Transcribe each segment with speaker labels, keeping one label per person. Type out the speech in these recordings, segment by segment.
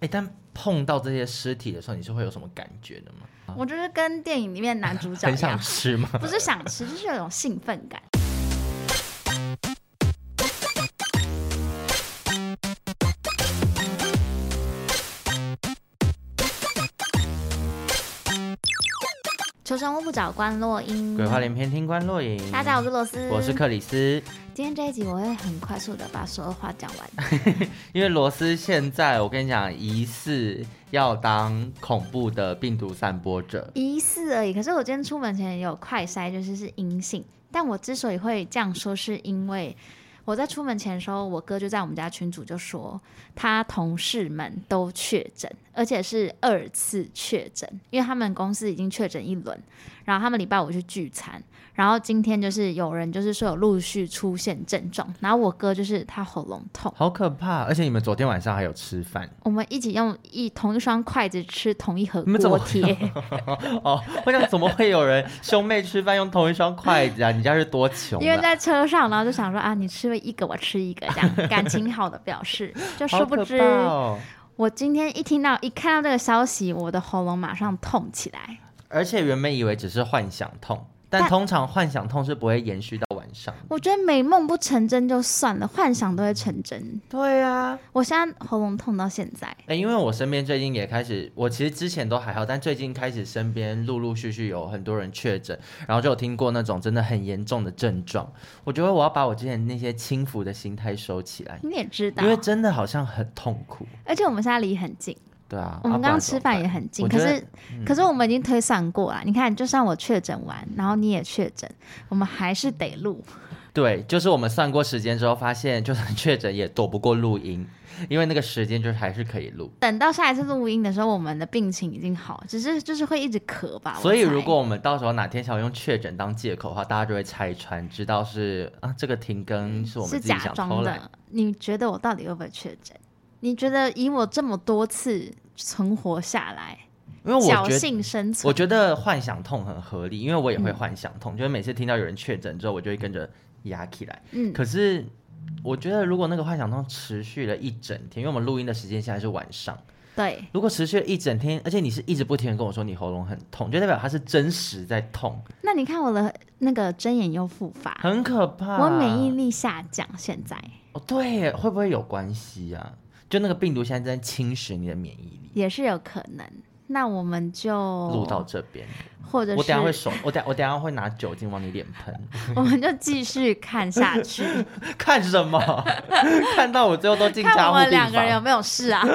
Speaker 1: 哎，但碰到这些尸体的时候，你是会有什么感觉的吗？
Speaker 2: 我就是跟电影里面男主角
Speaker 1: 很
Speaker 2: 一
Speaker 1: 想
Speaker 2: 样，
Speaker 1: 吃吗？
Speaker 2: 不是想吃，就是有一种兴奋感。求生问不找关洛英，
Speaker 1: 鬼话连篇，听官落影。
Speaker 2: 大家好，我是罗斯，
Speaker 1: 我是克里斯。
Speaker 2: 今天这一集我会很快速的把所有话讲完。
Speaker 1: 因为罗斯现在，我跟你讲，疑似要当恐怖的病毒散播者。
Speaker 2: 疑似而已。可是我今天出门前也有快筛，就是是阴性。但我之所以会这样说，是因为我在出门前的时候，我哥就在我们家群组就说，他同事们都确诊，而且是二次确诊，因为他们公司已经确诊一轮，然后他们礼拜五去聚餐，然后今天就是有人就是说有陆续出现症状，然后我哥就是他喉咙痛。
Speaker 1: 好可怕！而且你们昨天晚上还有吃 饭
Speaker 2: 我们一起用一同一双筷子吃同一盒
Speaker 1: 你们怎么
Speaker 2: 锅贴，
Speaker 1: 哦。我想怎么会有人兄妹吃饭用同一双筷子啊？你家是多穷、啊？
Speaker 2: 因为在车上，然后就想说啊，你吃一个，我吃一个，这样感情好的 表示。就殊
Speaker 1: 好
Speaker 2: 不
Speaker 1: 可
Speaker 2: 知
Speaker 1: 怕，哦！
Speaker 2: 我今天一听到一看到这个消息，我的喉咙马上痛起来。
Speaker 1: 而且原本以为只是幻想痛，但
Speaker 2: 但
Speaker 1: 通常幻想痛是不会延续到晚上。
Speaker 2: 我觉得美梦不成真就算了，幻想都会成真。
Speaker 1: 对啊，
Speaker 2: 我现在喉咙痛到现在，
Speaker 1: 哎、因为我身边最近也开始，我其实之前都还好，但最近开始身边陆陆续续有很多人确诊，然后就有听过那种真的很严重的症状。我觉得我要把我之前那些轻浮的心态收起来，
Speaker 2: 你也知道
Speaker 1: 因，为真的好像很痛苦。
Speaker 2: 而且我们现在离很近，
Speaker 1: 对啊，
Speaker 2: 我
Speaker 1: 啊
Speaker 2: 们
Speaker 1: 不
Speaker 2: 刚
Speaker 1: 然
Speaker 2: 刚
Speaker 1: 怎
Speaker 2: 吃
Speaker 1: 么
Speaker 2: 饭
Speaker 1: 办
Speaker 2: 也很近，
Speaker 1: 我
Speaker 2: 可
Speaker 1: 觉
Speaker 2: 是
Speaker 1: 得嗯
Speaker 2: 可是我们已经推算过了。你看，就算我确诊完，然后你也确诊，我们还是得录。
Speaker 1: 对，就是我们算过时间之后，发现就算确诊也躲不过录音，因为那个时间就是还是可以录。
Speaker 2: 等到下一次录音的时候，我们的病情已经好，只是就是会一直咳吧。我
Speaker 1: 所以，
Speaker 2: 猜
Speaker 1: 如果我们到时候哪天想用确诊当借口的话，大家就会拆穿，知道是啊，这个停更是我们
Speaker 2: 是
Speaker 1: 自己
Speaker 2: 假
Speaker 1: 想
Speaker 2: 装
Speaker 1: 偷懒。
Speaker 2: 的，你觉得我到底会不会确诊？你觉得以我这么多次存活下来，
Speaker 1: 因为我
Speaker 2: 侥
Speaker 1: 觉得，
Speaker 2: 幸生
Speaker 1: 我
Speaker 2: 存，
Speaker 1: 觉得幻想痛很合理，因为我也
Speaker 2: 嗯
Speaker 1: 会幻想痛，就是每次听到有人确诊之后，我就会跟着压起来。
Speaker 2: 嗯，
Speaker 1: 可是，我觉得如果那个幻想痛持续了一整天，因为我们录音的时间现在是晚上，
Speaker 2: 对，
Speaker 1: 如果持续了一整天，而且你是一直不停的跟我说你喉咙很痛，就代表它是真实在痛，
Speaker 2: 那你看我的那个睁眼又复发，
Speaker 1: 很可怕。
Speaker 2: 啊我免疫力下降，现在
Speaker 1: 哦，对耶，会不会有关系啊？就那个病毒现在在侵蚀你的免疫力。
Speaker 2: 也是有可能。那我们就
Speaker 1: 录到这边，
Speaker 2: 或者
Speaker 1: 我等一下 会
Speaker 2: 哦是
Speaker 1: 手，我等一下我等一下会拿酒精往你脸喷，
Speaker 2: 我们就继续看下去，
Speaker 1: 看什么？ 看到我最后都 进
Speaker 2: 看
Speaker 1: 家
Speaker 2: 我
Speaker 1: 护病
Speaker 2: 们两个人有
Speaker 1: 房。
Speaker 2: 没有事啊？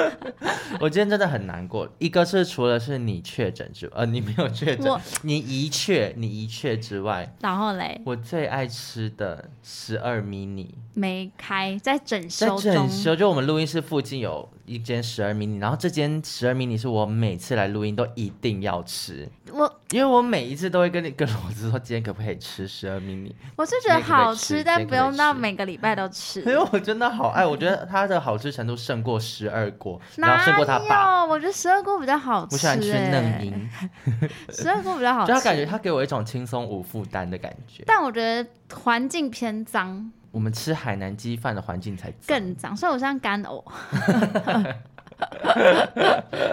Speaker 1: 我今天真的很难过，一个是除了是你确诊之，呃，你没有确诊
Speaker 2: 我，
Speaker 1: 你一确，你一确之外，
Speaker 2: 然后嘞，
Speaker 1: 我最爱吃的十二 mini，
Speaker 2: 没开，在整
Speaker 1: 在
Speaker 2: 修中
Speaker 1: 整。修，就我们录音室附近有一间十二 mini，然后这间十二 mini 是我每次来录音都一定要吃，
Speaker 2: 我
Speaker 1: 因为我每一次都会跟你跟罗子说今天可不可以吃十二 mini，
Speaker 2: 我是觉得好
Speaker 1: 那
Speaker 2: 吃，
Speaker 1: 个可以吃
Speaker 2: 但不用到
Speaker 1: 那个可以吃
Speaker 2: 每个礼拜都吃。
Speaker 1: 因为我真的好爱，我觉得它的好吃程度胜过十二锅，然后
Speaker 2: 哪
Speaker 1: 胜过
Speaker 2: 有？
Speaker 1: 他爸。
Speaker 2: 我觉得十二锅比较好吃、
Speaker 1: 我
Speaker 2: 欸。
Speaker 1: 喜欢吃嫩鹰，
Speaker 2: 十二锅比较好
Speaker 1: 就
Speaker 2: 吃。
Speaker 1: 他感觉他给我一种轻松无负担的感觉。
Speaker 2: 但我觉得环境偏脏，
Speaker 1: 我们吃海南鸡饭的环境才脏
Speaker 2: 更脏，所以我现在干 呕。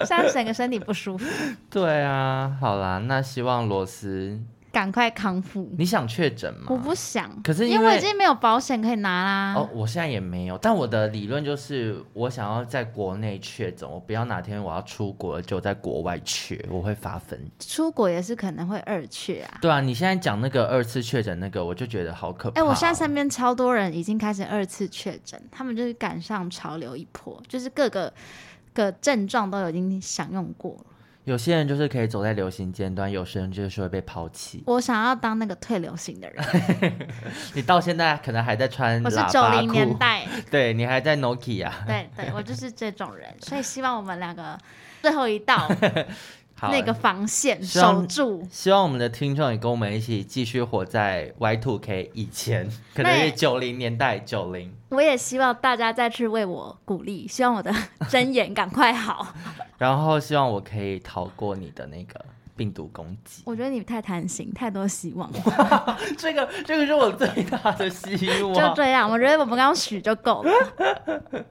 Speaker 2: 现在整个身体不舒服，
Speaker 1: 对啊，好啦，那希望罗斯，
Speaker 2: 赶快康复。
Speaker 1: 你想确诊吗？
Speaker 2: 我不想，
Speaker 1: 嗯可是因
Speaker 2: 因
Speaker 1: 为
Speaker 2: 我已经没有保险可以拿啦。
Speaker 1: 哦，我现在也没有，但我的理论就是，我想要在国内确诊，我不要哪天我要出国了就在国外确，我会发疯。
Speaker 2: 出国也是可能会二去啊。
Speaker 1: 对啊，你现在讲那个二次确诊那个，我就觉得好可怕、
Speaker 2: 哎、
Speaker 1: 哦。
Speaker 2: 我现在身边超多人已经开始二次确诊，他们就是赶上潮流一波，就是各个个症状都已经享用过了。
Speaker 1: 有些人就是可以走在流行尖端，有些人就是会被抛弃。
Speaker 2: 我想要当那个退流行 的人，
Speaker 1: 你到现在可能还在穿
Speaker 2: 我是
Speaker 1: 喇
Speaker 2: 九
Speaker 1: 叭
Speaker 2: 零年
Speaker 1: 裤，
Speaker 2: 代，
Speaker 1: 对你还在 Nokia。
Speaker 2: 对对，我就是这种人，所以希望我们两个最后一道
Speaker 1: 好，
Speaker 2: 那个防线
Speaker 1: 希望
Speaker 2: 守住。
Speaker 1: 希望我们的听众也跟我们一起继续活在 Y2K 以 前，可能
Speaker 2: 那也
Speaker 1: 是九零年代九零。
Speaker 2: 我也希望大家再去为我鼓励，希望我的 真言赶快好。
Speaker 1: 然后希望我可以逃过你的那个病毒攻击。
Speaker 2: 我觉得你太贪心，太多希望了，
Speaker 1: 这个这个是我最大的希
Speaker 2: 就
Speaker 1: 望。
Speaker 2: 这样。我觉得我们刚刚许就够了。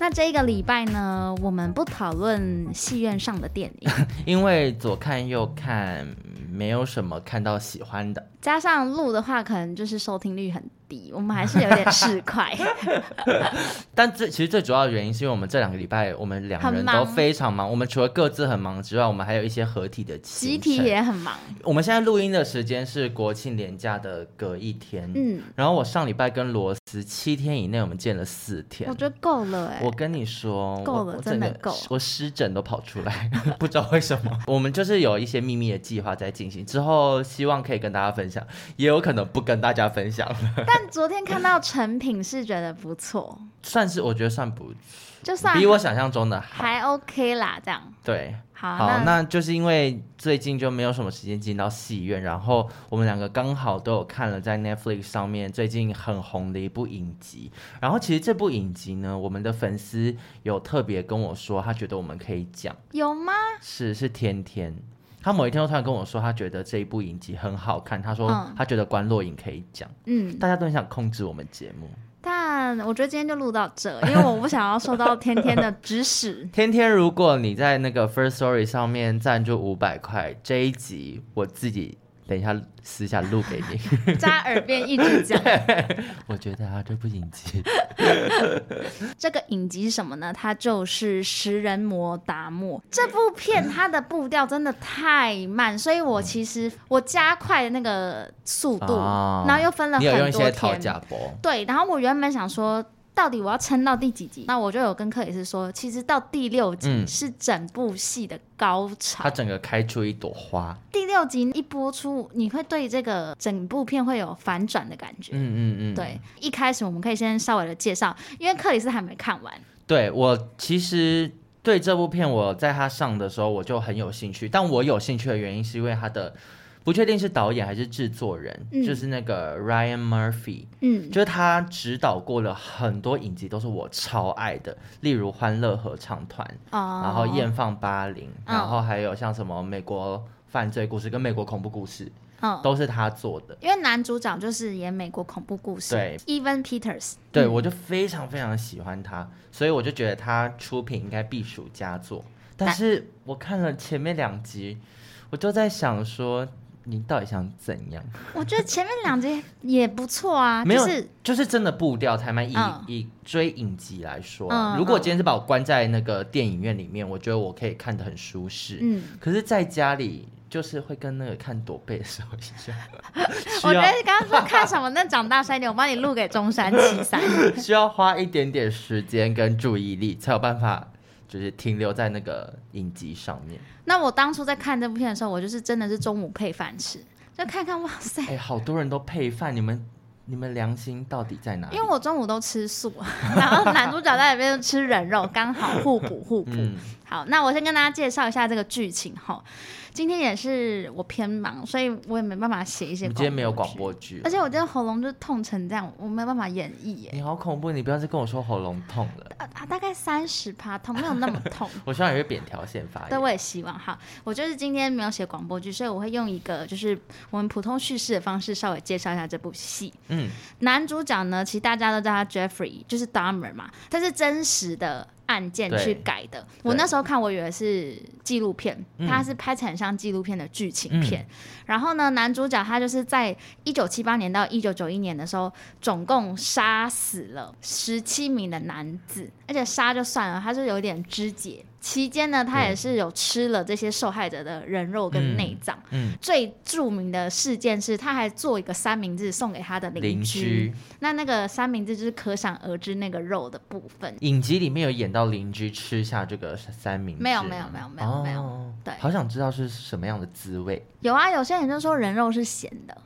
Speaker 2: 那这一个礼拜呢，我们不讨论戏院上的电影，
Speaker 1: 因为左看右看，没有什么看到喜欢的。
Speaker 2: 加上录的话，可能就是收听率很低，我们还是有点市侩。
Speaker 1: 但最其实最主要的原因是因为我们这两个礼拜我们两人
Speaker 2: 很
Speaker 1: 都
Speaker 2: 忙
Speaker 1: 非常忙，我们除了各自很忙之外，我们还有一些合体的行
Speaker 2: 集体
Speaker 1: 程。
Speaker 2: 也很忙，
Speaker 1: 我们现在录音的时间是国庆连假的隔一天，
Speaker 2: 嗯，
Speaker 1: 然后我上礼拜跟罗斯七天以内我们见了四天
Speaker 2: 我。觉得够了哎、
Speaker 1: 我跟你说，
Speaker 2: 够
Speaker 1: 我
Speaker 2: 了
Speaker 1: 我
Speaker 2: 真的
Speaker 1: 整个
Speaker 2: 够了
Speaker 1: 我湿疹都跑出来， 不知道为什么。 我们就是有一些秘密的计划在进行，之后希望可以跟大家分享，也有可能不跟大家分享，
Speaker 2: 欸但昨天看到成品是觉得不错，
Speaker 1: 算是我觉得算不
Speaker 2: 就算
Speaker 1: 比我想象中的好。
Speaker 2: 还 OK 啦，这样
Speaker 1: 对，
Speaker 2: 好
Speaker 1: 好，
Speaker 2: 那
Speaker 1: 那就是因为最近就没有什么时间进到戏院，然后我们两个刚好都有看了在 Netflix 上面最近很红的一部影集。然后其实这部影集呢，我们的粉丝有特别跟我说，他觉得我们可以讲，
Speaker 2: 有吗？
Speaker 1: 是是天天。他某一天突然跟我说，他觉得这一部影集很好看，他说
Speaker 2: 嗯
Speaker 1: 他觉得关洛影可以讲，
Speaker 2: 嗯，
Speaker 1: 大家都很想控制我们节目。。
Speaker 2: 但我觉得今天就录到这，因为我不想要受到天天的指使
Speaker 1: 天天，如果你在那个 First Story 上面赞助五百块，这一集我自己等一下私下录给你。
Speaker 2: 扎耳边一直讲
Speaker 1: 我觉得啊，这部影集，
Speaker 2: 这个影集是什么呢？它就是《食人魔达摩》这部片，它的步调真的太慢，所以我其实我加快了那个速度，
Speaker 1: 哦
Speaker 2: 然后又分了
Speaker 1: 你有用
Speaker 2: 很
Speaker 1: 一
Speaker 2: 多
Speaker 1: 些讨
Speaker 2: 天。
Speaker 1: 价包，
Speaker 2: 对，然后我原本想说，到底我要撑到第几集？那我就有跟克里斯说，其实到第六集
Speaker 1: 嗯
Speaker 2: 是整部戏的高潮。
Speaker 1: 它整个开出一朵花。
Speaker 2: 第六集一播出，你会对这个整部片会有反转的感觉。
Speaker 1: 嗯嗯嗯，
Speaker 2: 对，一开始我们可以先稍微的介绍，因为克里斯还没看完。
Speaker 1: 对我其实对这部片，我在它上的时候我就很有兴趣，但我有兴趣的原因是因为它的。不确定是导演还是制作人，
Speaker 2: 嗯
Speaker 1: 就是那个 Ryan Murphy，
Speaker 2: 嗯，
Speaker 1: 就是他指导过了很多影集，都是我超爱的，例如《欢乐合唱团》，
Speaker 2: 哦，
Speaker 1: 然后《艳放八零》，
Speaker 2: 嗯
Speaker 1: 然后还有像什么《美国犯罪故事》跟《美国恐怖故事》，
Speaker 2: 嗯，
Speaker 1: 都是他做的。
Speaker 2: 因为男主角就是演美国恐怖故事，
Speaker 1: 对
Speaker 2: ，Even Peters，
Speaker 1: 对，我就非常非常喜欢他，所以我就觉得他出品应该必属佳作。但
Speaker 2: 但
Speaker 1: 是我看了前面两集，我就在想说，你到底想怎样？
Speaker 2: 我觉得前面两集也不错 啊，
Speaker 1: 没有
Speaker 2: 就是
Speaker 1: 就是真的步调太慢，以、
Speaker 2: 嗯
Speaker 1: 以追影集来说、
Speaker 2: 嗯
Speaker 1: 如果今天是把我关在那个电影院里面，我觉得我可以看得很舒适。
Speaker 2: 嗯，
Speaker 1: 可是在家里，就是会跟那个看躲贝的时候 一样，
Speaker 2: 我
Speaker 1: 需
Speaker 2: 觉
Speaker 1: 要
Speaker 2: 得刚刚说看什么，那长大声一点，我帮你录给中山七三。
Speaker 1: 需要花一点点时间跟注意力，才有办法就是停留在那个影集上 面。
Speaker 2: 那我当初在看这部片的时候，我就是真的是中午配饭吃，就看看哇塞，
Speaker 1: 哎、好多人都配饭，你们你们良心到底在哪里？
Speaker 2: 因为我中午都吃素， 然后男主角在里面吃人肉，刚好互补互补。
Speaker 1: 嗯，
Speaker 2: 好，那我先跟大家介绍一下这个剧情哈。今天也是我偏忙，所以我也没办法写一
Speaker 1: 我
Speaker 2: 些。
Speaker 1: 们今天没有广，播剧
Speaker 2: 而，且我今天喉咙就痛成这样，我没有办法演绎耶。
Speaker 1: 你好恐怖！你不要再跟我说喉咙痛了，
Speaker 2: 啊，啊大概三十趴痛，没有那么痛。
Speaker 1: 我希望你会扁条线发
Speaker 2: 对，
Speaker 1: 炎。
Speaker 2: 我也希望哈。我就是今天没有写广播剧，所以我会用一个就是我们普通叙事的方式稍微介绍一下这部戏。
Speaker 1: 嗯，
Speaker 2: 男主角呢，其实大家都叫他 Jeffrey，就是 Dahmer 嘛，他是真实的案件
Speaker 1: 对
Speaker 2: 去改的。我那时候看，我以为是纪录片，
Speaker 1: 嗯
Speaker 2: 它是拍成像纪录片的剧情片。然后呢，男主角他就是在一九七八年到一九九一年的时候，总共杀死了十七名的男子，而且杀就算了，他是有点肢解。期间呢，他也是有吃了这些受害者的人肉跟内脏。
Speaker 1: 嗯
Speaker 2: 最著名的事件是，他还做一个三明治送给他的
Speaker 1: 邻
Speaker 2: 居
Speaker 1: 居
Speaker 2: 那那个三明治就是可想而知那个肉的部分。
Speaker 1: 影集里面有演到邻居吃下这个三明治吗，
Speaker 2: 没有没有没有没有没有
Speaker 1: 哦
Speaker 2: 对
Speaker 1: 好想知道是什么样的滋味。
Speaker 2: 有啊，有些人就说人肉是咸的。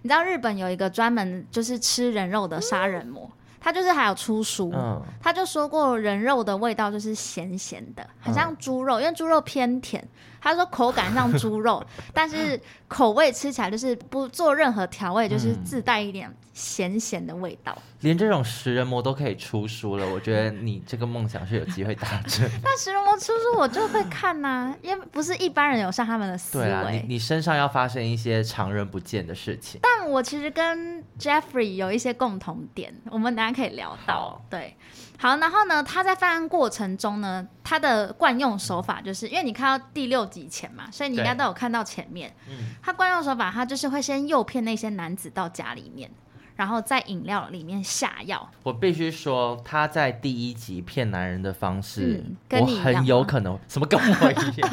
Speaker 2: 你知道日本有一个专门就是吃人肉的杀人魔，他就是还有出书，
Speaker 1: 嗯，
Speaker 2: 他就说过人肉的味道就是咸咸的，很
Speaker 1: 嗯
Speaker 2: 像猪肉，因为猪肉偏甜。他说口感像猪 肉，但是口味吃起来就是不做任何调味，就是自带一点咸咸的味道。
Speaker 1: 连这种食人魔都可以出书了，我觉得你这个梦想是有机会达 成。
Speaker 2: 那食人魔出书我就会看呐、因为不是一般人有像他们的思
Speaker 1: 对啊，你
Speaker 2: 维。
Speaker 1: 你身上要发生一些常人不见的事情。
Speaker 2: 但我其实跟 Jeffrey 有一些共同点，我们等一下可以聊到
Speaker 1: 好。
Speaker 2: 对，好，然后呢，他在犯案过程中呢，他的惯用手法就是，因为你看到第六集前嘛，所以你应该
Speaker 1: 对
Speaker 2: 都有看到前面。
Speaker 1: 嗯，
Speaker 2: 他惯用手法，他就是会先诱骗那些男子到家里面，然后在饮料里面下药。
Speaker 1: 我必须说，他在第一集骗男人的方式，
Speaker 2: 嗯跟
Speaker 1: 我
Speaker 2: 你一样
Speaker 1: 很有
Speaker 2: 吗
Speaker 1: 可能什么跟我一 样，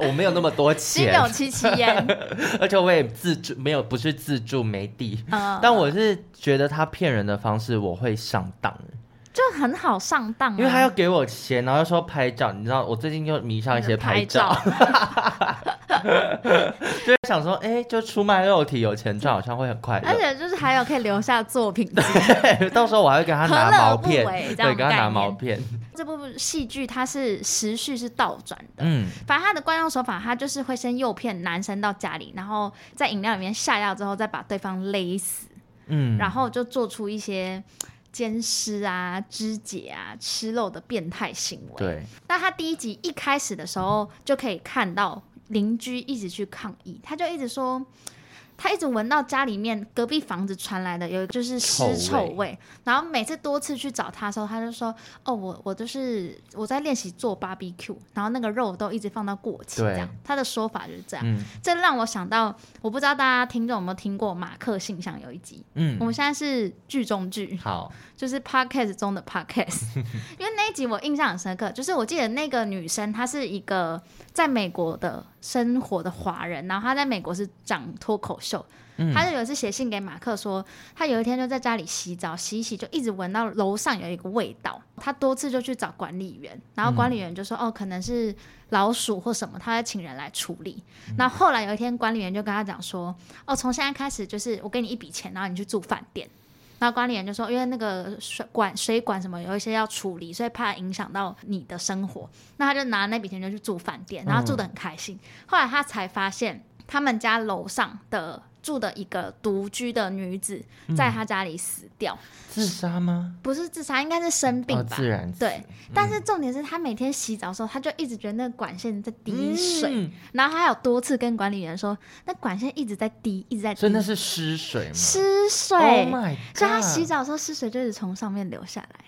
Speaker 1: 我没有那么多
Speaker 2: 心
Speaker 1: 钱
Speaker 2: 有，戚戚 焉，
Speaker 1: 而且我也自助，没有不是自助没地，
Speaker 2: 呃，
Speaker 1: 但我是觉得他骗人的方式我会上当，
Speaker 2: 就很好上当、啊，
Speaker 1: 因为他要给我钱，然后又说拍照，你知道我最近就迷上一些拍照， 就是想说，哎、就出卖肉体有钱赚，好像会很快
Speaker 2: 而
Speaker 1: 乐。
Speaker 2: 且就是还有可以留下作品集。
Speaker 1: 对，到时候我还会给他拿
Speaker 2: 何乐而
Speaker 1: 毛
Speaker 2: 不
Speaker 1: 片
Speaker 2: 为，这
Speaker 1: 对，
Speaker 2: 样
Speaker 1: 给
Speaker 2: 的
Speaker 1: 他
Speaker 2: 概
Speaker 1: 拿
Speaker 2: 念
Speaker 1: 毛片，
Speaker 2: 这部戏剧它是时序是倒转的，
Speaker 1: 嗯，
Speaker 2: 反正他的惯用手法，他就是会先诱骗男生到家里，然后在饮料里面下药之后，再把对方勒死，
Speaker 1: 嗯，
Speaker 2: 然后就做出一些嘖奸尸啊、肢解啊、吃肉的变态行为。
Speaker 1: 对，
Speaker 2: 那他第一集一开始的时候就可以看到邻居一直去抗议，他就一直说。他一直闻到家里面隔壁房子传来的有一个就是尸
Speaker 1: 臭
Speaker 2: 臭
Speaker 1: 味
Speaker 2: 味，然后每次多次去找他的时候，他就说：“哦，我我就是我在练习做 barbecue，然后那个肉都一直放到过期
Speaker 1: 对
Speaker 2: 这样。”他的说法就是这样，
Speaker 1: 嗯
Speaker 2: 这让我想到，我不知道大家听众有没有听过马克信箱有一集，我
Speaker 1: 嗯，
Speaker 2: 们现在是剧中剧，
Speaker 1: 好，
Speaker 2: 就是 podcast 中的 podcast，因为那一集我印象很深刻，就是我记得那个女生她是一个在美国的生活的华人，然后她在美国是讲脱口秀，
Speaker 1: 嗯
Speaker 2: 她就有一次写信给马克说，她有一天就在家里洗澡，洗一洗就一直闻到楼上有一个味道，她多次就去找管理员，然后管理员就说、哦可能是老鼠或什么，她要请人来处理。那后来有一天管理员就跟她讲说，哦从现在开始就是我给你一笔钱，然后你去住饭店。然后管理员就说，因为那个水管、水管什么有一些要处理，所以怕影响到你的生活。那他就拿那笔钱就去住饭店，
Speaker 1: 嗯
Speaker 2: 然后住得很开心。后来他才发现，他们家楼上的住的一个独居的女子，在他家里死掉，
Speaker 1: 自杀吗？
Speaker 2: 不是自杀，应该是生病
Speaker 1: 哦，
Speaker 2: 吧？
Speaker 1: 自然死，
Speaker 2: 对，但是重点是他每天洗澡的时候，他就一直觉得那个管线在滴水，
Speaker 1: 嗯
Speaker 2: 然后他还有多次跟管理员说，那管线一直在滴，一直在滴，
Speaker 1: 所以那是湿水吗？
Speaker 2: 湿水。
Speaker 1: ，Oh my God！
Speaker 2: 所以他洗澡的时候湿水就是从上面流下来。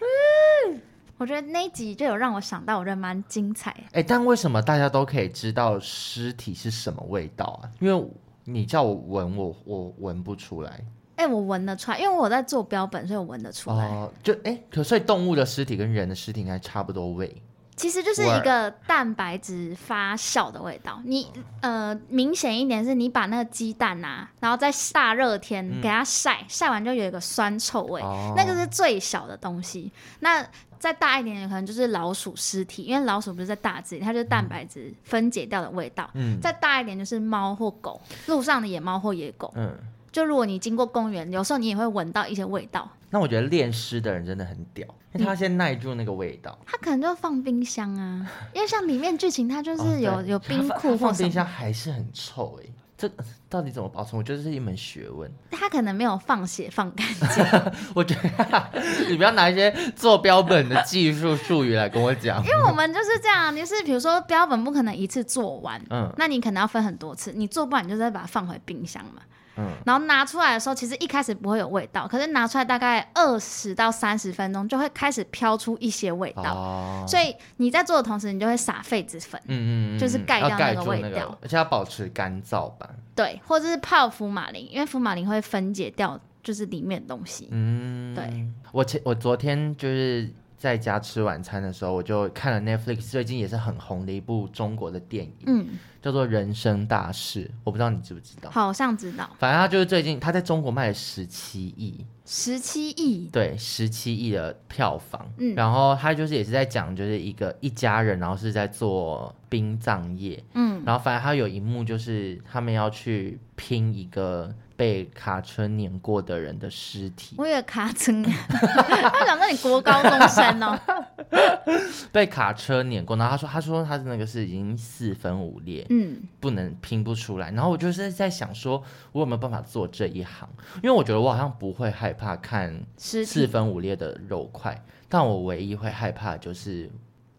Speaker 2: 我觉得那一集就有让我想到，我觉得蛮精彩的。
Speaker 1: 哎、但为什么大家都可以知道尸体是什么味道啊？因为你叫我闻，我我闻不出来。
Speaker 2: 哎、我闻得出来，因为我在做标本，所以我闻得出来。
Speaker 1: 哦、就哎、可所以动物的尸体跟人的尸体应该差不多味。
Speaker 2: 其实就是一个蛋白质发酵的味道。你呃，明显一点是你把那个鸡蛋啊，然后在大热天给它晒，晒完就有一个酸臭味，
Speaker 1: 哦
Speaker 2: 那个是最小的东西。那再大一点点，可能就是老鼠尸体，因为老鼠不是在大自己，它就是蛋白质分解掉的味道。
Speaker 1: 嗯
Speaker 2: 再大一点就是猫或狗，路上的野猫或野狗。
Speaker 1: 嗯，
Speaker 2: 就如果你经过公园，有时候你也会闻到一些味道，
Speaker 1: 那我觉得练尸的人真的很屌，因为
Speaker 2: 嗯
Speaker 1: 他先耐住那个味道。
Speaker 2: 它可能就放冰箱啊，因为像里面剧情它就
Speaker 1: 哦
Speaker 2: 是有、
Speaker 1: 对
Speaker 2: 有
Speaker 1: 它
Speaker 2: 冰
Speaker 1: 放
Speaker 2: 库
Speaker 1: 它
Speaker 2: 或
Speaker 1: 放
Speaker 2: 什
Speaker 1: 冰
Speaker 2: 么，
Speaker 1: 箱还是很臭哎、这到底怎么保存？我觉得这是一门学问。
Speaker 2: 它可能没有放血放干 净。
Speaker 1: 我觉得 你不要拿一些做标本的技术术语来跟我讲。
Speaker 2: 因为我们就是这样，就是比如说标本不可能一次做完，
Speaker 1: 嗯
Speaker 2: 那你可能要分很多次，你做不完你就再把它放回冰箱嘛。
Speaker 1: 嗯
Speaker 2: 然后拿出来的时候，其实一开始不会有味道，可是拿出来大概二十到三十分钟就会开始飘出一些味道，
Speaker 1: 哦，
Speaker 2: 所以你在做的同时，你就会撒痱子粉，
Speaker 1: 嗯嗯嗯，
Speaker 2: 就是
Speaker 1: 嗯
Speaker 2: 盖
Speaker 1: 要
Speaker 2: 掉
Speaker 1: 盖
Speaker 2: 那个
Speaker 1: 住
Speaker 2: 味
Speaker 1: 个
Speaker 2: 道，
Speaker 1: 而且要保持干燥吧。
Speaker 2: 对，或者是泡福马林，因为福马林会分解掉就是里面的东西。
Speaker 1: 嗯，
Speaker 2: 对。
Speaker 1: 我前我昨天就是在家吃晚餐的时候，我就看了 Netflix 最近也是很红的一部中国的电影，
Speaker 2: 嗯，
Speaker 1: 叫做《人生大事》，我不知道你知不知道。
Speaker 2: 好像知道
Speaker 1: 反正他就是最近他在中国卖了十七亿，
Speaker 2: 十七亿，
Speaker 1: 对，十七亿的票房。
Speaker 2: 嗯
Speaker 1: 然后他就是也是在讲，就是一个一家人，然后是在做殡葬业，
Speaker 2: 嗯，
Speaker 1: 然后反正他有一幕就是他们要去拼一个被卡车碾过的人的尸体，
Speaker 2: 我也卡成，他想说你国高中生 哦，
Speaker 1: 被卡车碾过，然后他说，他说他的那个是已经四分五裂，
Speaker 2: 嗯，
Speaker 1: 不能拼不出来。然后我就是在想说，我有没有办法做这一行？因为我觉得我好像不会害怕看
Speaker 2: 尸
Speaker 1: 四
Speaker 2: 体
Speaker 1: 分五裂的肉块，但我唯一会害怕就是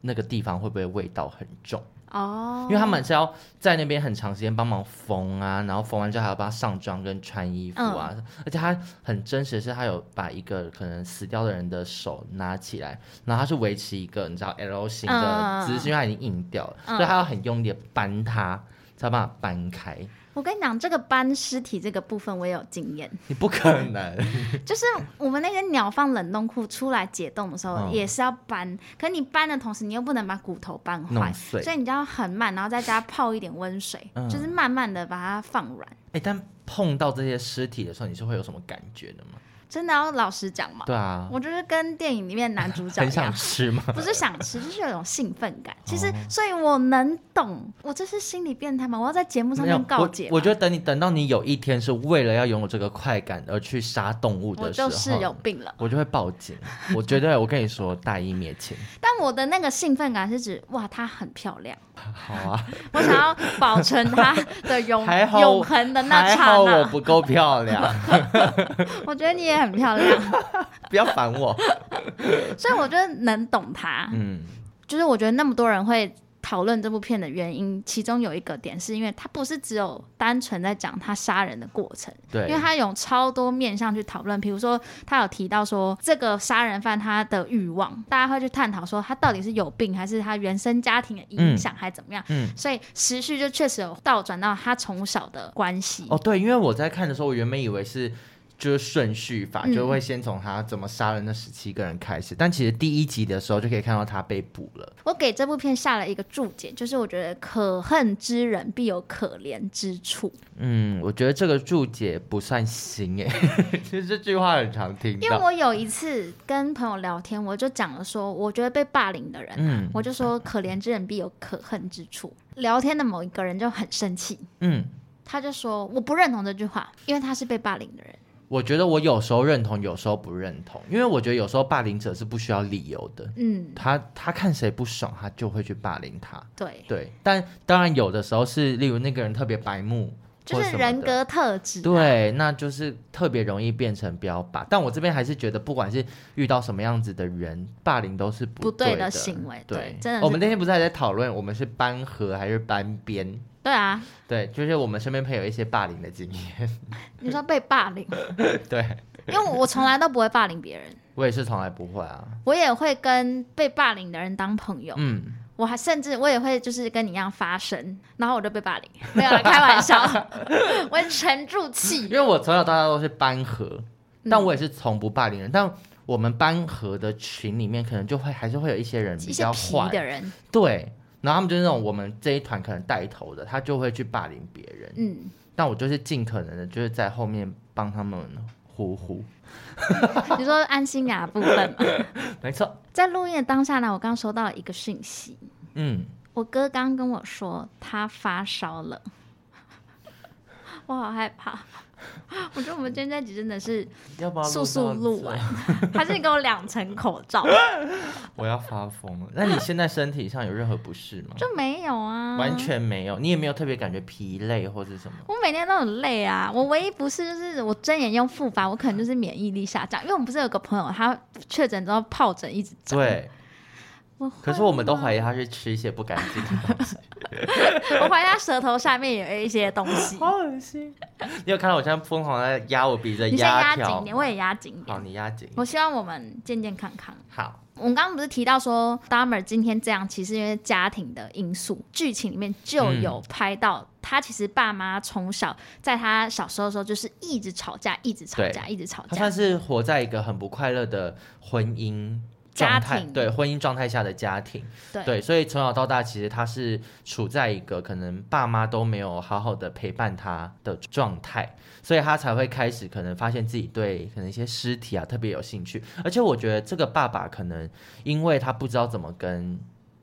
Speaker 1: 那个地方会不会味道很重，
Speaker 2: 哦，
Speaker 1: 因为他们是要在那边很长时间帮忙缝啊，然后缝完之后还要帮他上妆跟穿衣服啊，
Speaker 2: 嗯
Speaker 1: 而且他很真实，是他有把一个可能死掉的人的手拿起来，然后他是维持一个你知道 L 型
Speaker 2: 嗯嗯
Speaker 1: 的
Speaker 2: 嗯
Speaker 1: 姿势，因为他已经硬掉了，
Speaker 2: 嗯
Speaker 1: 所以他要很用力的扳它，才有办法扳开。
Speaker 2: 我跟你讲，这个搬尸体这个部分我也有经验，
Speaker 1: 你不可能，
Speaker 2: 就是我们那个鸟放冷冻库出来解冻的时候
Speaker 1: 嗯
Speaker 2: 也是要搬，可你搬的同时你又不能把骨头搬坏
Speaker 1: 弄，碎。
Speaker 2: 所以你就要很慢，然后再加泡一点温水，
Speaker 1: 嗯
Speaker 2: 就是慢慢的把它放软。
Speaker 1: 哎、但碰到这些尸体的时候，你是会有什么感觉的吗？
Speaker 2: 真的要老实讲嘛，
Speaker 1: 对啊，
Speaker 2: 我就是跟电影里面男主角
Speaker 1: 很
Speaker 2: 一样
Speaker 1: 想，吃哦吗？
Speaker 2: 不是想吃，就是有一种兴奋感。其实，所以我能懂，我这是心理变态吗？我要在节目上
Speaker 1: 没有
Speaker 2: 面，告
Speaker 1: 我
Speaker 2: 解吗
Speaker 1: 我觉得等你等到你有一天是为了要拥有这个快感而去杀动物
Speaker 2: 我
Speaker 1: 的时候，
Speaker 2: 就是有病了。
Speaker 1: 我就会报警。我觉得我跟你说，大义灭亲。
Speaker 2: 但我的那个兴奋感是指，哇，她很漂亮，
Speaker 1: 好啊，
Speaker 2: 我想要保存她的 永
Speaker 1: 还好
Speaker 2: 永恒的 那
Speaker 1: 还
Speaker 2: 刹
Speaker 1: 好我
Speaker 2: 那。
Speaker 1: 不够漂亮，
Speaker 2: 我觉得你也很漂亮，
Speaker 1: 不要烦我。
Speaker 2: 所以我觉得能懂她。
Speaker 1: 嗯，
Speaker 2: 就是我觉得那么多人会讨论这部片的原因，其中有一个点是因为它不是只有单纯在讲他杀人的过程，因为
Speaker 1: 对，
Speaker 2: 他有超多面向去讨论，比如说他有提到说这个杀人犯他的欲望，大家会去探讨说他到底是有病还是他原生家庭的影响还怎么样，
Speaker 1: 嗯。
Speaker 2: 所以时序就确实有倒转到他从小的关系。
Speaker 1: 哦，对，因为我在看的时候，我原本以为是就是顺序法，
Speaker 2: 嗯
Speaker 1: 就会先从他怎么杀了那十七个人开始，但其实第一集的时候就可以看到他被捕了。
Speaker 2: 我给这部片下了一个注解，就是我觉得可恨之人必有可怜之处，
Speaker 1: 嗯，我觉得这个注解不算新哎， 其实这句话很常听
Speaker 2: 因为
Speaker 1: 到。
Speaker 2: 我有一次跟朋友聊天，我就讲了说，我觉得被霸凌的人啊、
Speaker 1: 嗯
Speaker 2: 我就说可怜之人必有可恨之处。聊天的某一个人就很生气，
Speaker 1: 嗯，
Speaker 2: 他就说我不认同这句话，因为他是被霸凌的人。
Speaker 1: 我觉得我有时候认同，有时候不认同，因为我觉得有时候霸凌者是不需要理由的，
Speaker 2: 嗯，
Speaker 1: 他他看谁不爽，他就会去霸凌他。
Speaker 2: 对，
Speaker 1: 对，但当然有的时候是，例如那个人特别白目，
Speaker 2: 就
Speaker 1: 或
Speaker 2: 是
Speaker 1: 什么
Speaker 2: 人
Speaker 1: 的
Speaker 2: 格特质。啊
Speaker 1: 对，那就是特别容易变成标靶。但我这边还是觉得，不管是遇到什么样子的人，霸凌都是
Speaker 2: 不对
Speaker 1: 对
Speaker 2: 的行为
Speaker 1: 对，哦
Speaker 2: 对真的是
Speaker 1: 我们那天不是还在讨论，我们是班和还是班边？
Speaker 2: 对啊，
Speaker 1: 对，就是我们身边朋友一些霸凌的经验。
Speaker 2: 你说被霸凌，
Speaker 1: 对
Speaker 2: 因为我从来都不会霸凌别人，
Speaker 1: 我也是从来不会啊。
Speaker 2: 我也会跟被霸凌的人当朋友，
Speaker 1: 嗯，
Speaker 2: 我还甚至我也会就是跟你一样发声，然后我就被霸凌，没有啦，开玩笑， 我会沉住
Speaker 1: 因
Speaker 2: 气。
Speaker 1: 为我从小到大都是班和，但
Speaker 2: 嗯
Speaker 1: 我也是从不霸凌人。但我们班和的群里面，可能就会还是会有一些人比
Speaker 2: 一些
Speaker 1: 较
Speaker 2: 皮
Speaker 1: 坏
Speaker 2: 的人，
Speaker 1: 对，然后他们就是那种我们这一团可能带头的，他就会去霸凌别人。
Speaker 2: 嗯，
Speaker 1: 但我就是尽可能的，就是在后面帮他们呼呼。
Speaker 2: 你说安心雅的部分嘛，
Speaker 1: 没错，
Speaker 2: 在录音的当下呢，我刚收到了一个讯息，
Speaker 1: 嗯，
Speaker 2: 我哥刚跟我说他发烧了，我好害怕。 我觉得我们今天这集真的是
Speaker 1: 要不要
Speaker 2: 速速录完
Speaker 1: 完？，
Speaker 2: 还是你给我两层口罩？
Speaker 1: 我要发疯了。那你现在身体上有任何不适吗？
Speaker 2: 就没有啊，
Speaker 1: 完。全没有，你也没有特别感觉疲累或是什么。
Speaker 2: 我每天都很累啊，我唯一不是就是我睁眼用复发，我可能就是免疫力下降，因为我们不是有个朋友他确诊之后疱疹一直长，，
Speaker 1: 对，
Speaker 2: 我
Speaker 1: 可是我们都怀疑他是吃一些不干净的东西，
Speaker 2: 我怀疑他舌头下面有一些东西，
Speaker 1: 好恶心。你有看到我现在疯狂在压我鼻子的
Speaker 2: 你先压紧
Speaker 1: 条
Speaker 2: 一？点，我也压紧一
Speaker 1: 好，
Speaker 2: 点，
Speaker 1: 你压紧。
Speaker 2: 我希望我们健健康康。
Speaker 1: 好，
Speaker 2: 我们刚刚不是提到说 d a m e r 今天这样，其实因为家庭的因素，剧情里面就有拍到、他其实爸妈从小在他小时候的时候就是一直吵架，一直吵架，一直吵
Speaker 1: 他
Speaker 2: 架
Speaker 1: 算。是活在一个很不快乐的婚姻
Speaker 2: 家
Speaker 1: 状态，
Speaker 2: 庭
Speaker 1: 对婚姻状态下的家庭。
Speaker 2: 对，
Speaker 1: 对，所以从小到大，其实他是处在一个可能爸妈都没有好好的陪伴他的状态，所以他才会开始可能发现自己对可能一些尸体啊特别有兴趣。而且我觉得这个爸爸可能因为他不知道怎么跟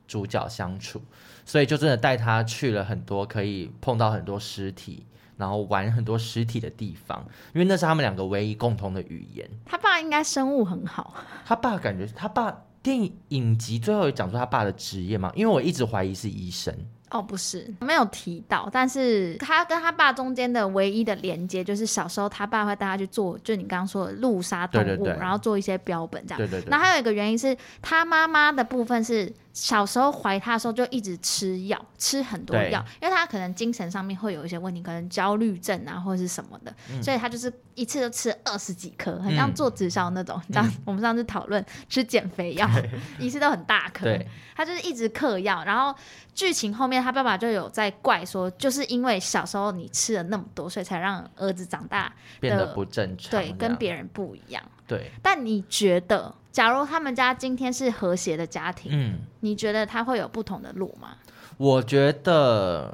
Speaker 1: 主角相处，所以就真的带他去了很多可以碰到很多尸体。然后玩很多尸体的地方，因为那是他们两个唯一共同的语言。
Speaker 2: 他爸应该生物很好，
Speaker 1: 他爸感觉他爸电影影集最后有讲出他爸的职业嘛？因为我一直怀疑是医生，
Speaker 2: 哦，不是，没有提到，但是他跟他爸中间的唯一的连接，就是小时候他爸会带他去做，就你刚刚说的路杀动物，
Speaker 1: 对对对
Speaker 2: 然后做一些标本这样。
Speaker 1: 对对对
Speaker 2: 然，后还有一个原因是他妈妈的部分是小时候怀他的时候就一直吃药，吃很多
Speaker 1: 对
Speaker 2: 药，因为他可能精神上面会有一些问题，可能焦虑症啊或者是什么的，
Speaker 1: 嗯
Speaker 2: 所以他就是一次就吃二十几颗，很
Speaker 1: 嗯
Speaker 2: 像做直销那种。你知道我们上次讨论吃减肥药， 一次都很大颗，
Speaker 1: 对，
Speaker 2: 他就是一直嗑药，然后剧情后面他爸爸就有在怪说，就是因为小时候你吃了那么多，所以才让儿子长大，
Speaker 1: 变得
Speaker 2: 的
Speaker 1: 不正常这
Speaker 2: 对，
Speaker 1: 样，
Speaker 2: 跟别人不一样。
Speaker 1: 对，
Speaker 2: 但你觉得，假如他们家今天是和谐的家庭，
Speaker 1: 嗯，
Speaker 2: 你觉得他会有不同的路吗？
Speaker 1: 我觉得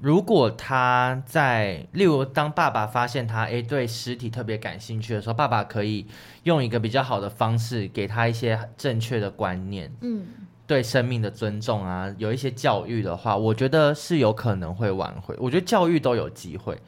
Speaker 1: 如果他在，例如当爸爸发现他诶对尸体特别感兴趣的时候，爸爸可以用一个比较好的方式给他一些正确的观念，
Speaker 2: 嗯，
Speaker 1: 对生命的尊重啊，有一些教育的话，我觉得是有可能会挽回。我觉得教育都有机会，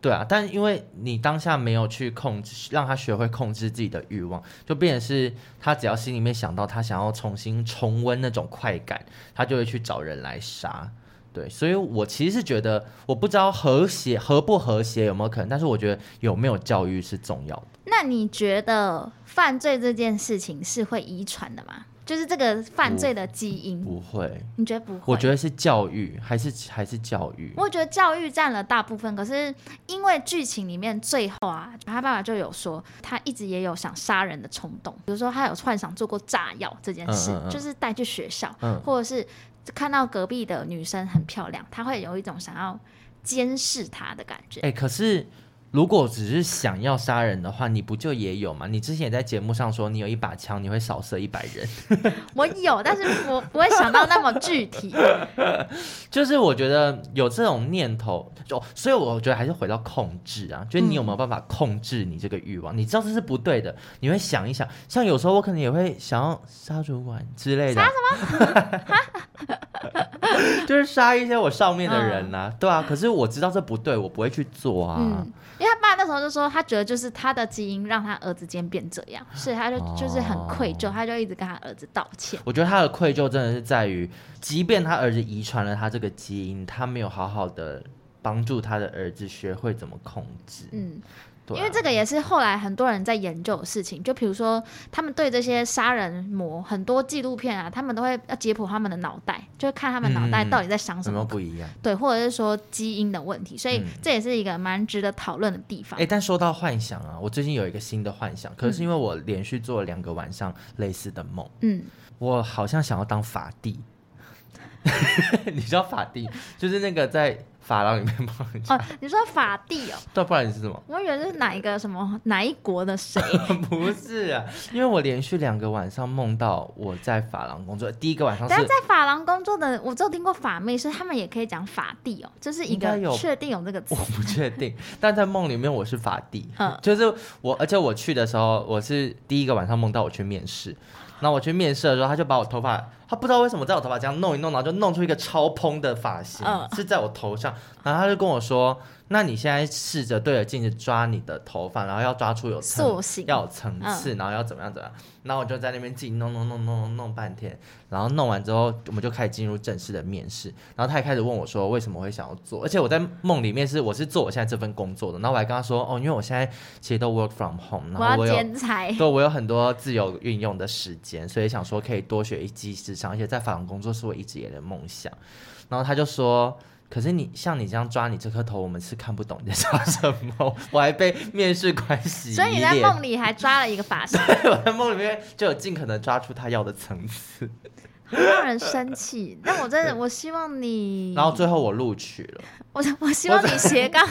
Speaker 1: 对啊。但因为你当下没有去控制，让他学会控制自己的欲望，就变成是他只要心里面想到他想要重新重温那种快感，他就会去找人来杀。对，所以我其实是觉得，我不知道和谐和不和谐有没有可能，但是我觉得有没有教育是重要的。
Speaker 2: 那你觉得犯罪这件事情是会遗传的吗？就是这个犯罪的基因，
Speaker 1: 不会，
Speaker 2: 你觉得不会？
Speaker 1: 我觉得是教育，还是还是教育。
Speaker 2: 我觉得教育占了大部分，可是因为剧情里面最后啊，他爸爸就有说，他一直也有想杀人的冲动，比如说他有幻想做过炸药这件事，
Speaker 1: 嗯嗯嗯
Speaker 2: 就是带去学校，
Speaker 1: 嗯
Speaker 2: 或者是看到隔壁的女生很漂亮，他会有一种想要监视她的感 觉。
Speaker 1: 哎、可是如果只是想要杀人的话，你不就也有吗？你之前也在节目上说，你有一把枪，你会扫射一百 人。
Speaker 2: 我有，但是我不会想到那么具体。
Speaker 1: 就是我觉得有这种念头，就所以我觉得还是回到控制啊，就是你有没有办法控制你这个欲望？你知道这是不对的，你会想一想。像有时候我可能也会想要杀主管之类的，杀什么？ 就是杀一些我上面的人 呐、对啊。可是我知道这不对，我不会去做啊。
Speaker 2: 嗯，因为他爸那时候就说，他觉得就是他的基因让他儿子今天变这样，所以他就就是很愧
Speaker 1: 哦
Speaker 2: 疚，他就一直跟他儿子道歉。
Speaker 1: 我觉得他的愧疚真的是在于，即便他儿子遗传了他这个基因，他没有好好的帮助他的儿子学会怎么控制。
Speaker 2: 嗯，
Speaker 1: 对啊、
Speaker 2: 因为这个也是后来很多人在研究的事情，就比如说他们对这些杀人魔很多纪录片啊，他们都会要解剖他们的脑袋，就是看他们脑袋
Speaker 1: 嗯嗯嗯
Speaker 2: 到底在想什
Speaker 1: 有没
Speaker 2: 么，
Speaker 1: 有不一样？
Speaker 2: 对，或者是说基因的问题，所以
Speaker 1: 嗯
Speaker 2: 这也是一个蛮值得讨论的地方。
Speaker 1: 哎、但说到幻想啊，我最近有一个新的幻想，可是因为我连续做了两个晚上类似的梦，
Speaker 2: 嗯，
Speaker 1: 我好像想要当法帝。 你知道法帝就是那个在法郎里面帮人家，
Speaker 2: 哦，你说法蒂哦，
Speaker 1: 对，不然你是什么？
Speaker 2: 我以为是哪一个什么哪一国的谁？
Speaker 1: 不啊是啊，因为我连续两个晚上梦到我在法郎工作，第一个晚上
Speaker 2: 但
Speaker 1: 是
Speaker 2: 在法郎工作的，我只有听过法妹，所以他们也可以讲法蒂哦，这是一
Speaker 1: 应该
Speaker 2: 个
Speaker 1: 有
Speaker 2: 确定有这个词
Speaker 1: 我。不确定，但在梦里面我是法帝，
Speaker 2: 嗯
Speaker 1: 就是我，而且我去的时候，我是第一个晚上梦到我去面试，那我去面试的时候，他就把我头发，他不知道为什么在我头发这样弄一弄，然后就弄出一个超蓬的发型，
Speaker 2: 嗯
Speaker 1: 是在我头上，然后他就跟我说，那你现在试着对着镜子抓你的头发，然后要抓出有层
Speaker 2: 塑形
Speaker 1: 要有层
Speaker 2: 嗯
Speaker 1: 次，然后要怎么样怎么样，然后我就在那边自己弄弄弄弄弄弄半天，然后弄完之后，我们就开始进入正式的面试。然后他也开始问我说，为什么会想要做？而且我在梦里面是我是做我现在这份工作的，然后我还跟他说，哦，因为我现在其实都 work from home，然
Speaker 2: 我
Speaker 1: 后
Speaker 2: 要
Speaker 1: 我有。
Speaker 2: 剪裁，
Speaker 1: 对，我有很多自由运用的时间，所以想说可以多学一技之长，而且在法郎工作是我一直以来的梦想。然后他就说：“可是你像你这样抓你这颗头，我们是看不懂你在抓什么。”我还被面试官洗
Speaker 2: 所以你在
Speaker 1: 脸
Speaker 2: 梦里还抓了一个发型，
Speaker 1: 我在 梦里面就有尽可能抓出他要的层次，
Speaker 2: 很让人 生气。但我真的，我希望你，
Speaker 1: 然后最后我录取了。
Speaker 2: 我我希望你斜杠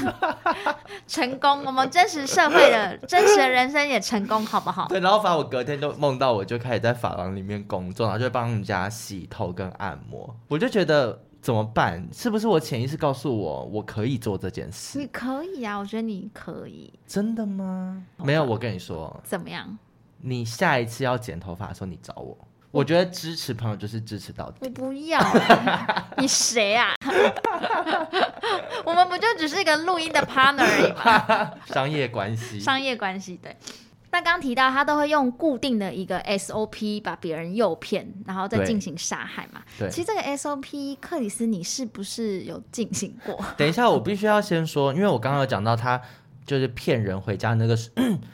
Speaker 2: 成功，我们真实社 会的真实的人生也成功，好不好？
Speaker 1: 对，然后反正我隔天就梦到我就开始在发廊里面工作，然后就帮人家洗头跟按摩，我就觉得怎么办？是不是我潜意识告诉我我可以做这件
Speaker 2: 你
Speaker 1: 事？
Speaker 2: 可以啊，我觉得你可以，
Speaker 1: 真的吗？没有，我跟你说，
Speaker 2: 怎么样？
Speaker 1: 你下一次要剪头发的时候你找我。我觉得支持朋友就是支持到底。
Speaker 2: 我不要欸、你谁啊？我们不就只是一个录音的 partner 而已吗？
Speaker 1: 商业关系。
Speaker 2: 商业关系对。那刚刚提到他都会用固定的一个 SOP 把别人诱骗，然后再
Speaker 1: 对
Speaker 2: 进行杀害嘛。
Speaker 1: 对
Speaker 2: 其实这个 SOP，克里斯你是不是有进行过？
Speaker 1: 等一下，我必须要先说，因为我刚刚有讲到他就是骗人回家那个，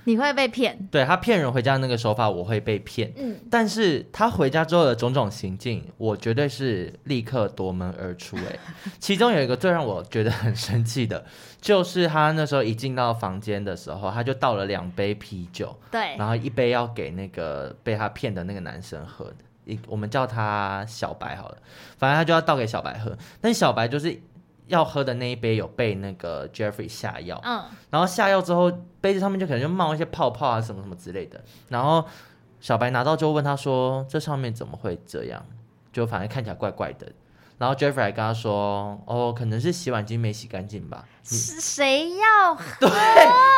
Speaker 2: 你会被骗？
Speaker 1: 对他骗人回家那个手法，我会被骗。
Speaker 2: 嗯，
Speaker 1: 但是他回家之后的种种行径，我绝对是立刻夺门而出、欸。其中有一个最让我觉得很生气的，就是他那时候一进到房间的时候，他就倒了两杯啤酒，
Speaker 2: 对，
Speaker 1: 然后一杯要给那个被他骗的那个男生喝的，一我们叫他小白好了，反正他就要倒给小白喝，但小白就是要喝的那一杯有被那个 Jeffrey 下药，
Speaker 2: 嗯，
Speaker 1: 然后下药之后杯子上面就可能就冒一些泡泡啊什么什么之类的，然后小白拿到之后问他说这上面怎么会这样，就反正看起来怪怪的。然后 Jeffrey 还跟他说：“哦，可能是洗碗巾没洗干净吧。 你
Speaker 2: 是谁要
Speaker 1: 对，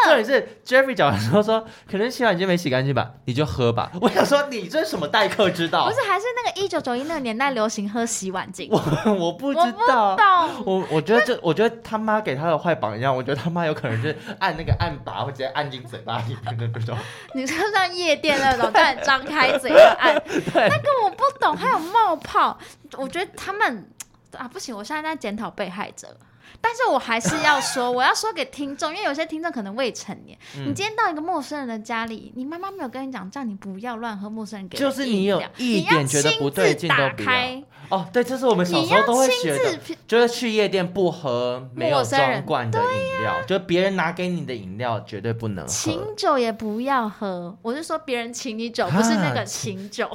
Speaker 1: 重点是 Jeffrey 讲完之后说，可能洗碗机没洗干净吧，你就喝吧。 我想说，你这什么待客之道
Speaker 2: 不？是，还是那个一九九一那个年代流行喝洗碗巾，我
Speaker 1: 我我不知
Speaker 2: 不
Speaker 1: 道。
Speaker 2: 懂。
Speaker 1: 我我觉得这，我觉得他妈给他的坏榜样，我觉得他妈有可能是按那个按把，会直接按进嘴巴里面的那种。
Speaker 2: 你说像夜店那 种，但张开嘴要按，那个我不懂，还有冒泡，我觉得他们啊不行，我现在在检讨被害者。但是我还是要说，我要说给听众，因为有些听众可能未成年。
Speaker 1: 嗯
Speaker 2: 你今天到一个陌生人的家里，你妈妈没有跟你讲，叫你不要乱喝陌生人给的
Speaker 1: 就是你有
Speaker 2: 饮料
Speaker 1: 一
Speaker 2: 你要
Speaker 1: 点觉得
Speaker 2: 亲
Speaker 1: 不
Speaker 2: 自
Speaker 1: 对劲都
Speaker 2: 打
Speaker 1: 不要
Speaker 2: 开
Speaker 1: 哦，对，这是我们小
Speaker 2: 你
Speaker 1: 时候
Speaker 2: 要
Speaker 1: 都会
Speaker 2: 亲
Speaker 1: 学
Speaker 2: 自
Speaker 1: 的，嗯
Speaker 2: 品
Speaker 1: 就是去夜店不喝没有
Speaker 2: 陌生人
Speaker 1: 装罐的饮料，就别人拿给你的饮料绝对不能喝。
Speaker 2: 请酒也不要喝，我是说别人请你酒，不是那
Speaker 1: 啊
Speaker 2: 个请酒，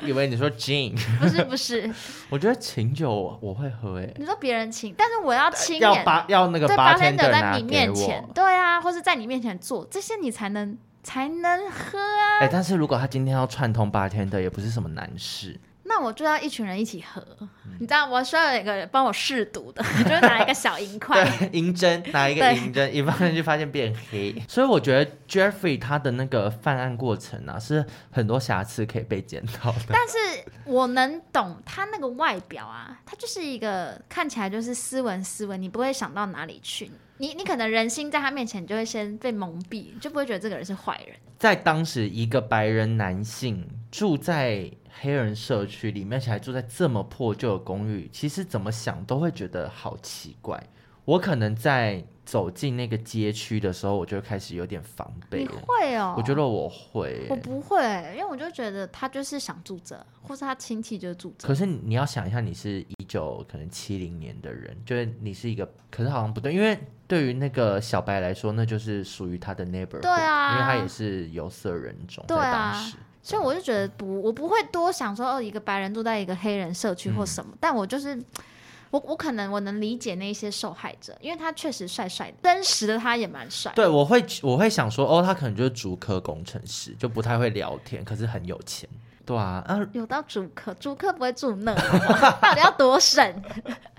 Speaker 1: 以为你说 gin，
Speaker 2: 不是不是，
Speaker 1: 我觉得琴酒我我会喝诶、
Speaker 2: 你说别人请，但是我要亲
Speaker 1: 要
Speaker 2: 眼
Speaker 1: 八要那个
Speaker 2: 对
Speaker 1: 八
Speaker 2: bartender
Speaker 1: 天的拿
Speaker 2: 在你
Speaker 1: 给
Speaker 2: 面
Speaker 1: 我
Speaker 2: 前，。对啊，或是在你面前做这些，你才能才能喝啊。
Speaker 1: 哎、但是如果他今天要串通八天的，也不是什么难 事。
Speaker 2: 那我就要一群人一起喝，
Speaker 1: 嗯
Speaker 2: 你知道，我需要有一个人帮我试毒的， 就是拿一个小银块。
Speaker 1: 对，银针拿一个
Speaker 2: 对
Speaker 1: 银针，一放上去发现变黑。所以我觉得 Jeffrey 他的那个犯案过程啊，是很多瑕疵可以被检讨的。
Speaker 2: 但是我能懂他那个外表啊，他就是一个看起来就是斯文斯文，你不会想到哪里去。你你可能人心在他面前就会先被蒙蔽，你就不会觉得这个人是坏人。
Speaker 1: 在当时，一个白人男性住在黑人社区里面，而且还住在这么破旧的公寓，其实怎么想都会觉得好奇怪。我可能在走进那个街区的时候，我就开始有点防备
Speaker 2: 你
Speaker 1: 了。
Speaker 2: 会哦？
Speaker 1: 我觉得我会、
Speaker 2: 我不会，因为我就觉得他就是想住这，或是他亲戚就是住这。
Speaker 1: 可是你你要想一下，你是一九可能七零年的人，就是你是一个，可是好像不对，因为对于那个小白来说，那就是属于他的 neighbor，
Speaker 2: 对啊
Speaker 1: 因为他也是有色人种，
Speaker 2: 对
Speaker 1: 在
Speaker 2: 啊
Speaker 1: 当时，
Speaker 2: 所以我就觉得不，我不会多想说哦，一个白人住在一个黑人社区或什么，但我就是。我我可能我能理解那一些受害者，因为他确实帅帅的，真实的他也蛮帅。
Speaker 1: 对我会我会想说，哦，他可能就是主科工程师，就不太会聊天，可是很有钱，对啊，啊，
Speaker 2: 有到主客，主客不会住那，好不好 到底要多省？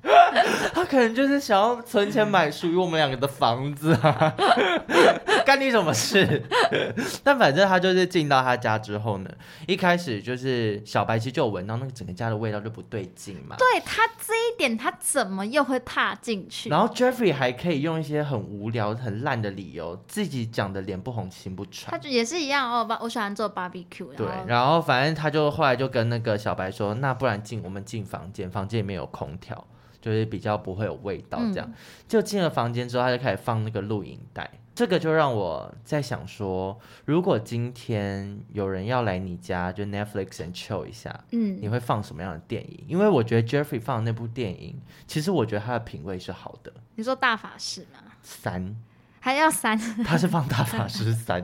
Speaker 1: 他可能就是想要存钱买属于我们两个的房子啊， 干你什么事？ 但反正他就是进到他家之后呢，一开始就是小白其实就有闻到那个整个家的味道就不对劲嘛。
Speaker 2: 对他这一点，他怎么又会踏进去？
Speaker 1: 然后 Jeffrey 还可以用一些很无聊、很烂的理由，自己讲的脸不红心不
Speaker 2: 他
Speaker 1: 喘。
Speaker 2: 就也是一样哦，我我喜欢做 barbecue，
Speaker 1: 对
Speaker 2: 然，
Speaker 1: 然
Speaker 2: 后
Speaker 1: 后反正他就后来就跟那个小白说，那不然进我们进房间，房间里面有空调，就是比较不会有味道这样。就进了房间之后，他就开始放那个录影带，这个就让我在想说，如果今天有人要来你家，就 Netflix and chill 一下，
Speaker 2: 嗯，
Speaker 1: 你会放什么样的电影？因为我觉得 Jeffrey 放的那部电影，其实我觉得他的品味是好的。
Speaker 2: 你说大法师吗？
Speaker 1: 三，
Speaker 2: 还要三
Speaker 1: 他是放《大法师三》，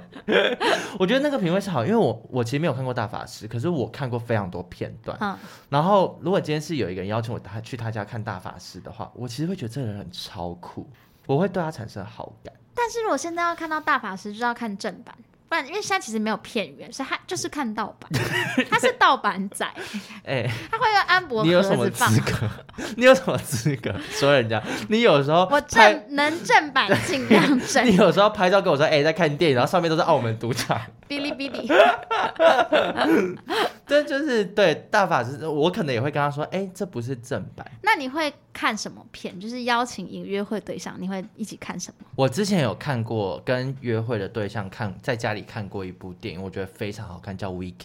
Speaker 1: 我觉得那个品味是好，因为我我其实没有看过《大法师》，可是我看过非常多片段。
Speaker 2: 嗯，
Speaker 1: 然后如果今天是有一个人邀请我他去他家看《大法师》的话，我其实会觉得这个人很超酷，我会对他产生好感。
Speaker 2: 但是如果现在要看到大法师，就要看正版，不然因为现在其实没有片源，所以他就是看盗 版，他是盗版仔，
Speaker 1: 哎、
Speaker 2: 他会用安博
Speaker 1: 你
Speaker 2: 盒
Speaker 1: 有什么
Speaker 2: 子放。
Speaker 1: 资格？ 你有什么资格说人家？你有时候
Speaker 2: 我
Speaker 1: 拍，
Speaker 2: 正能正版尽量正，
Speaker 1: 你有时候拍照跟我说，哎、在看电影，然后上面都是澳门赌场。
Speaker 2: 哔哩哔哩。
Speaker 1: 对，就是对大法师，我可能也会跟他说，哎、这不是正版。
Speaker 2: 那你会看什么片？就是邀请你约会对象，你会一起看什么？
Speaker 1: 我之前有看过，跟约会的对象看，在家里看过一部电影，我觉得非常好看，叫《Weekend》，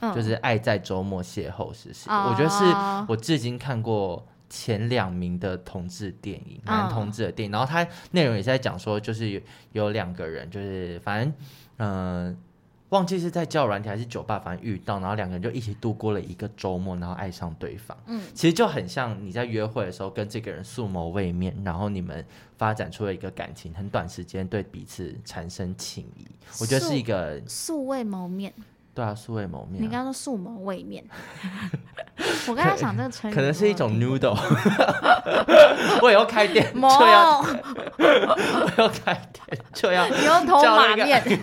Speaker 2: 嗯，
Speaker 1: 就是《爱在周末邂逅时时》
Speaker 2: 哦
Speaker 1: 我觉得是我至今看过前两名的同志电影，
Speaker 2: 嗯
Speaker 1: 男同志的电影。然后它内容也是在讲说，就是有有两个人，就是反正嗯。忘记是在交友软体还是酒吧，反正遇到，然后两个人就一起度过了一个周末，然后爱上对方。
Speaker 2: 嗯
Speaker 1: 其实就很像你在约会的时候跟这个人素谋未面，然后你们发展出了一个感情，很短时间对彼此产生情谊。我觉得
Speaker 2: 素
Speaker 1: 是一个
Speaker 2: 素未谋面，
Speaker 1: 对啊，素未谋面
Speaker 2: 你
Speaker 1: 啊、
Speaker 2: 刚刚说素谋未 面，我刚才想这个成语，
Speaker 1: 可能是一种 noodle。我以后开 店
Speaker 2: 谋，
Speaker 1: 就要，我以后开 店就要
Speaker 2: 牛头
Speaker 1: 叫
Speaker 2: 马
Speaker 1: 那个
Speaker 2: 面，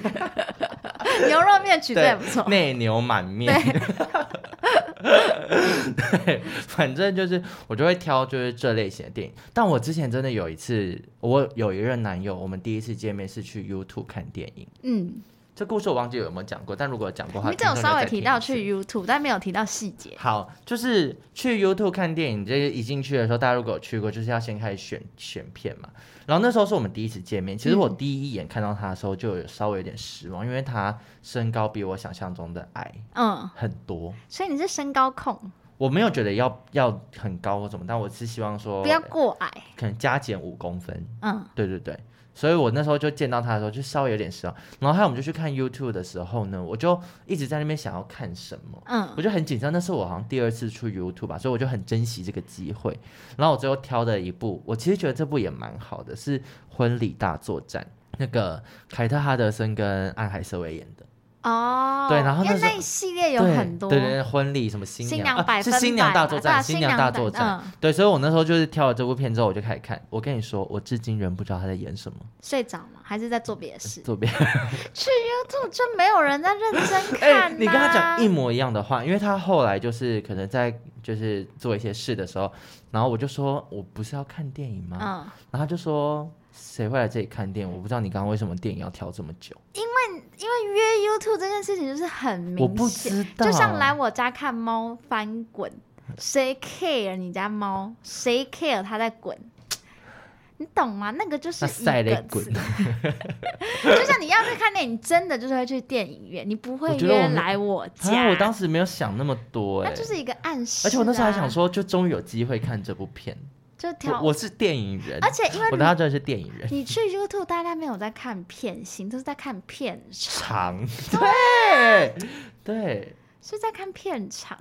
Speaker 2: 牛肉面 取得也不错。
Speaker 1: 内牛满面。 对，反正就是我就会挑就是这类型的电影。但我之前真的有一次，我有一任男友，我们第一次见面是去 YouTube 看电影。
Speaker 2: 嗯，
Speaker 1: 这故事我忘记有没有讲过，但如果有讲过的话，
Speaker 2: 你只有
Speaker 1: 听众
Speaker 2: 稍微
Speaker 1: 再听
Speaker 2: 提
Speaker 1: 一
Speaker 2: 到
Speaker 1: 次
Speaker 2: 去 YouTube，但没有提到细节。
Speaker 1: 好，就是去 YouTube 看电影，这个一进去的时候，大家如果有去过，就是要先开始选选片嘛。然后那时候是我们第一次见面，其实我第一眼看到他的时候就有稍微有点失望，因为他身高比我想象中的矮
Speaker 2: 嗯，
Speaker 1: 很多。
Speaker 2: 所以你是身高控，
Speaker 1: 我没有觉得要要很高或什么，但我是希望说
Speaker 2: 不要过矮。
Speaker 1: 可能加减五公分。
Speaker 2: 嗯，
Speaker 1: 对对对，所以我那时候就见到他的时候就稍微有点失望。然后还有我们就去看 YouTube 的时候呢，我就一直在那边想要看什么。
Speaker 2: 嗯，
Speaker 1: 我就很紧张，那是我好像第二次出 YouTube 吧，所以我就很珍惜这个机会。然后我最后挑的一部，我其实觉得这部也蛮好的，是《婚礼大作战》，那个凯特·哈德森跟安海瑟薇演的。
Speaker 2: 哦，
Speaker 1: 对然后
Speaker 2: 因为
Speaker 1: 那时
Speaker 2: 那
Speaker 1: 候
Speaker 2: 一系列哎有
Speaker 1: 对
Speaker 2: 很多
Speaker 1: 对对对，婚礼什么新
Speaker 2: 新
Speaker 1: 娘
Speaker 2: 娘百
Speaker 1: 啊、是
Speaker 2: 分
Speaker 1: 新娘
Speaker 2: 百
Speaker 1: 大
Speaker 2: 嘛
Speaker 1: 作
Speaker 2: 对啊
Speaker 1: 战，
Speaker 2: 新
Speaker 1: 新娘
Speaker 2: 娘
Speaker 1: 大
Speaker 2: 百
Speaker 1: 作战。
Speaker 2: 嗯
Speaker 1: 对，所以我那时候就是挑了这部片之后，我就开始看。我跟你说，我至今仍不知道他在演什么。
Speaker 2: 睡着吗？还是在做别的事？
Speaker 1: 左边，
Speaker 2: 去 YouTube 就没有人在认真
Speaker 1: 哎、
Speaker 2: 看、呐。
Speaker 1: 你跟他讲一模一样的话，因为他后来就是可能在就是做一些事的时候，然后我就说我不是要看电影吗？
Speaker 2: 嗯，
Speaker 1: 然后他就说谁会来这里看电影？我不知道你刚刚为什么电影要调这么久，
Speaker 2: 因为约 YouTube 这件事情就是很
Speaker 1: 我
Speaker 2: 明
Speaker 1: 不
Speaker 2: 显，
Speaker 1: 知道。
Speaker 2: 就像来我家看猫翻滚，谁 care 你家猫？谁 care 它在滚？你懂吗？那个就是
Speaker 1: 那
Speaker 2: 一
Speaker 1: 赛雷
Speaker 2: 个
Speaker 1: 滚
Speaker 2: 字，，就像你要是看电影，你真的就是会去电影院，你不会
Speaker 1: 我觉得我
Speaker 2: 约
Speaker 1: 们
Speaker 2: 来我家。
Speaker 1: 啊，我当时没有想那么多、哎、
Speaker 2: 那就是一个暗
Speaker 1: 而
Speaker 2: 示、啊。
Speaker 1: 且我那时候还想，说，就终于有机会看这部片，
Speaker 2: 就挑
Speaker 1: 我，我是电影人，
Speaker 2: 而且因为
Speaker 1: 我当时真的是电影人，
Speaker 2: 你去 YouTube，大家没有在看片型，都是在看片场，
Speaker 1: 长，对 对。
Speaker 2: 是在看片场。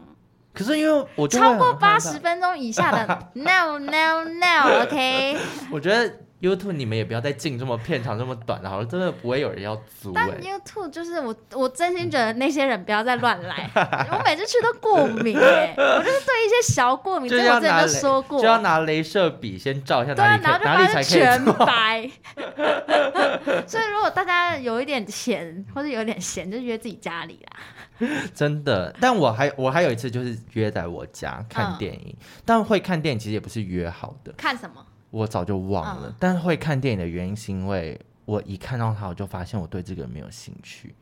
Speaker 1: 可是因为我就会
Speaker 2: 超过
Speaker 1: 很害
Speaker 2: 八
Speaker 1: 怕
Speaker 2: 十，分钟以下的，no no no，OK、
Speaker 1: 我觉得 YouTube 你们也不要再进这么片长这么短的，好了，真的不会嗯有人要租哎、
Speaker 2: 但 YouTube 就是我，我真心觉得那些人不要再乱来。我每次去都过敏、欸，我就是对一些小过敏，
Speaker 1: 就
Speaker 2: 这
Speaker 1: 是
Speaker 2: 个
Speaker 1: 要
Speaker 2: 我之前
Speaker 1: 拿
Speaker 2: 都说
Speaker 1: 雷
Speaker 2: 过
Speaker 1: 就。要拿镭射笔先照一下
Speaker 2: 对
Speaker 1: 哪
Speaker 2: 啊，
Speaker 1: 里可
Speaker 2: 然
Speaker 1: 以、
Speaker 2: 后就
Speaker 1: 哪里
Speaker 2: 发
Speaker 1: 才可
Speaker 2: 现
Speaker 1: 以
Speaker 2: 全
Speaker 1: 做。
Speaker 2: 白。 所以如果大家有一点钱或者有点闲，就约自己家里啦。
Speaker 1: 真的，但我还我还有一次就是约在我家看
Speaker 2: 嗯
Speaker 1: 电影，但会看电影其实也不是约好的，
Speaker 2: 看什么？
Speaker 1: 我早就忘了。
Speaker 2: 嗯
Speaker 1: 但会看电影的原因是因为我一看到他，我就发现我对这个人没有兴趣。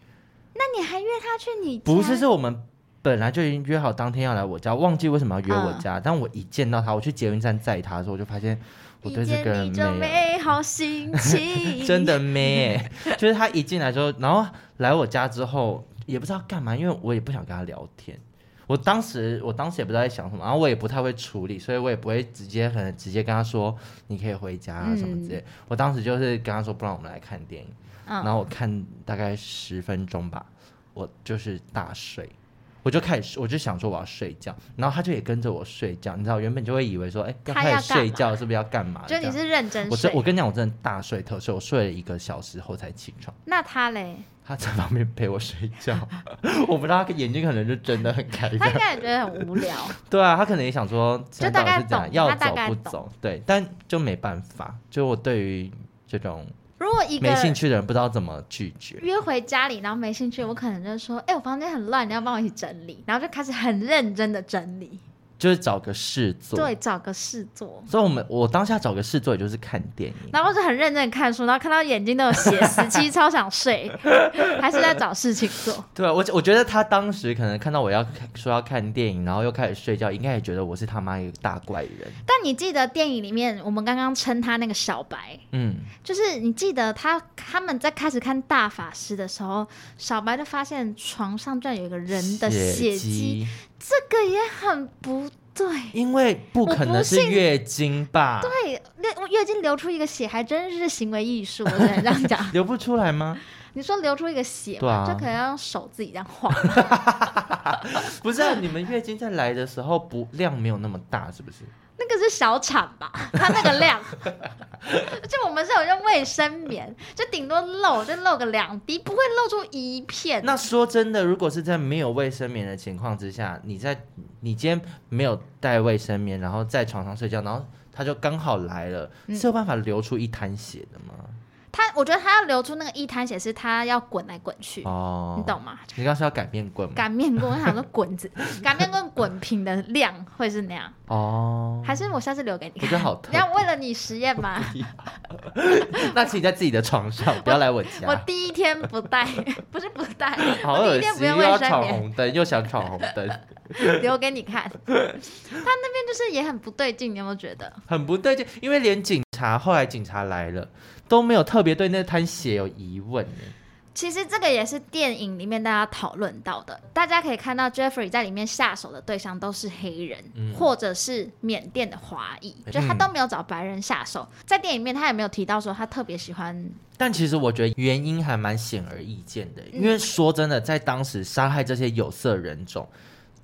Speaker 2: 那你还约他去你家？
Speaker 1: 不是，是我们本来就已经约好当天要来我家，忘记为什么要约我家。
Speaker 2: 嗯
Speaker 1: 但我一见到他，我去捷运站载他的时候，我就发现我
Speaker 2: 一
Speaker 1: 对这
Speaker 2: 见
Speaker 1: 个人
Speaker 2: 你
Speaker 1: 没
Speaker 2: 就
Speaker 1: 有。
Speaker 2: 美 好心 情。
Speaker 1: 真的咩、 就是他一进来之后，然后来我家之后也不知道干嘛，因为我也不想跟他聊天。我当时我当时也不知道在想什么，然后我也不太会处理，所以我也不会直接可能直接跟他说你可以回家啊什么之类。我当时就是跟他说，啊不然我们来看电影。
Speaker 2: 嗯
Speaker 1: 然后我看大概十分钟吧，我就是大睡。我就开始，我就想说我要睡觉，然后他就也跟着我睡觉。你知道，原本就会以为说，哎、要
Speaker 2: 他
Speaker 1: 开
Speaker 2: 要
Speaker 1: 始
Speaker 2: 干
Speaker 1: 睡
Speaker 2: 嘛
Speaker 1: 觉是不是要干嘛？
Speaker 2: 就
Speaker 1: 这
Speaker 2: 你
Speaker 1: 样
Speaker 2: 是认真
Speaker 1: 我真，
Speaker 2: 睡。
Speaker 1: 我跟你讲，我真的大睡特睡，我睡了一个小时后才起床。
Speaker 2: 那他嘞？
Speaker 1: 他在旁边陪我睡觉， 我不知道他眼睛可能就睁得很开这
Speaker 2: 他应
Speaker 1: 样。
Speaker 2: 该也觉得很 无聊。
Speaker 1: 对啊，他可能也想说，
Speaker 2: 就
Speaker 1: 到
Speaker 2: 大
Speaker 1: 底
Speaker 2: 概
Speaker 1: 是这样，
Speaker 2: 懂
Speaker 1: 要
Speaker 2: 他大
Speaker 1: 走
Speaker 2: 概
Speaker 1: 不
Speaker 2: 懂
Speaker 1: 走？对，但就没办法，就我对于这种
Speaker 2: 如果一个
Speaker 1: 没兴趣的人，不知道怎么拒绝。
Speaker 2: 约回家里，然后没兴趣，我可能就说：“哎、我房间很乱，你要帮我一起整理。”然后就开始很认真的整理。
Speaker 1: 就是找个事做。
Speaker 2: 对，找个事做。
Speaker 1: 所以我们我当下找个事做，也就是看电影。
Speaker 2: 然后就很认真地看书，然后看到眼睛都有血丝，其实超想 睡，还是在找事情做。
Speaker 1: 对啊，我我觉得他当时可能看到我要看说要看电影，然后又开始睡觉，应该也觉得我是他妈一个大怪人。
Speaker 2: 但你记得电影里面，我们刚刚称他那个小白，
Speaker 1: 嗯，
Speaker 2: 就是你记得他他们在开始看大法师的时候，小白就发现床上居然有一个人的血迹，
Speaker 1: 迹，
Speaker 2: 这个也很不对。
Speaker 1: 因为不可
Speaker 2: 我
Speaker 1: 能
Speaker 2: 不
Speaker 1: 是
Speaker 2: 信
Speaker 1: 月经吧？
Speaker 2: 对，那月经流出一个血，还真是行为艺术，我只能这 样讲。
Speaker 1: 流不出来 吗？
Speaker 2: 你说流出一个血
Speaker 1: 对啊
Speaker 2: 嘛，就可能要用手自己这样画。
Speaker 1: 不是、啊，你们月经在来的时候不量没有那么大，是不是？
Speaker 2: 那个是小产吧？它那个 量，就我们是有用卫生棉，就顶多漏，就漏个两滴，不会漏出一片。
Speaker 1: 那说真的，如果是在没有卫生棉的情况之下，你在你今天没有带卫生棉，然后在床上睡觉，然后它就刚好来了，
Speaker 2: 嗯
Speaker 1: 是有办法流出一滩血的吗？
Speaker 2: 它，我觉得它要流出那个一滩血，是它要滚来滚去，
Speaker 1: 哦，
Speaker 2: 你。懂吗？
Speaker 1: 你刚是要擀面棍吗？
Speaker 2: 擀面棍，我想说滚 子，擀面棍滚平的量会是那样，
Speaker 1: 哦，
Speaker 2: 还是我下次留给你
Speaker 1: 我觉得
Speaker 2: 看？
Speaker 1: 好特
Speaker 2: 你要为了你实 验吗？
Speaker 1: 那请你在自己的床上，不要来我家。
Speaker 2: 我第一天不带， 不是不带，
Speaker 1: 好
Speaker 2: 我第
Speaker 1: 恶
Speaker 2: 一天不
Speaker 1: 心，
Speaker 2: 用
Speaker 1: 又
Speaker 2: 卫
Speaker 1: 要
Speaker 2: 生
Speaker 1: 闯
Speaker 2: 棉
Speaker 1: 红灯，又想闯红灯，
Speaker 2: 留给你看。 他那边就是也很不对劲，你有没有觉得？
Speaker 1: 很不对劲。因为连警察后来警察来了，都没有特别对那滩血有疑问耶。
Speaker 2: 其实这个也是电影里面大家讨论到的，大家可以看到 Jeffrey 在里面下手的对象都是黑人，
Speaker 1: 嗯
Speaker 2: 或者是缅甸的华裔，
Speaker 1: 嗯
Speaker 2: 就他都没有找白人下手。在电影里面他也没有提到说他特别喜欢，
Speaker 1: 但其实我觉得原因还蛮显而易见的，
Speaker 2: 嗯
Speaker 1: 因为说真的，在当时杀害这些有色人种，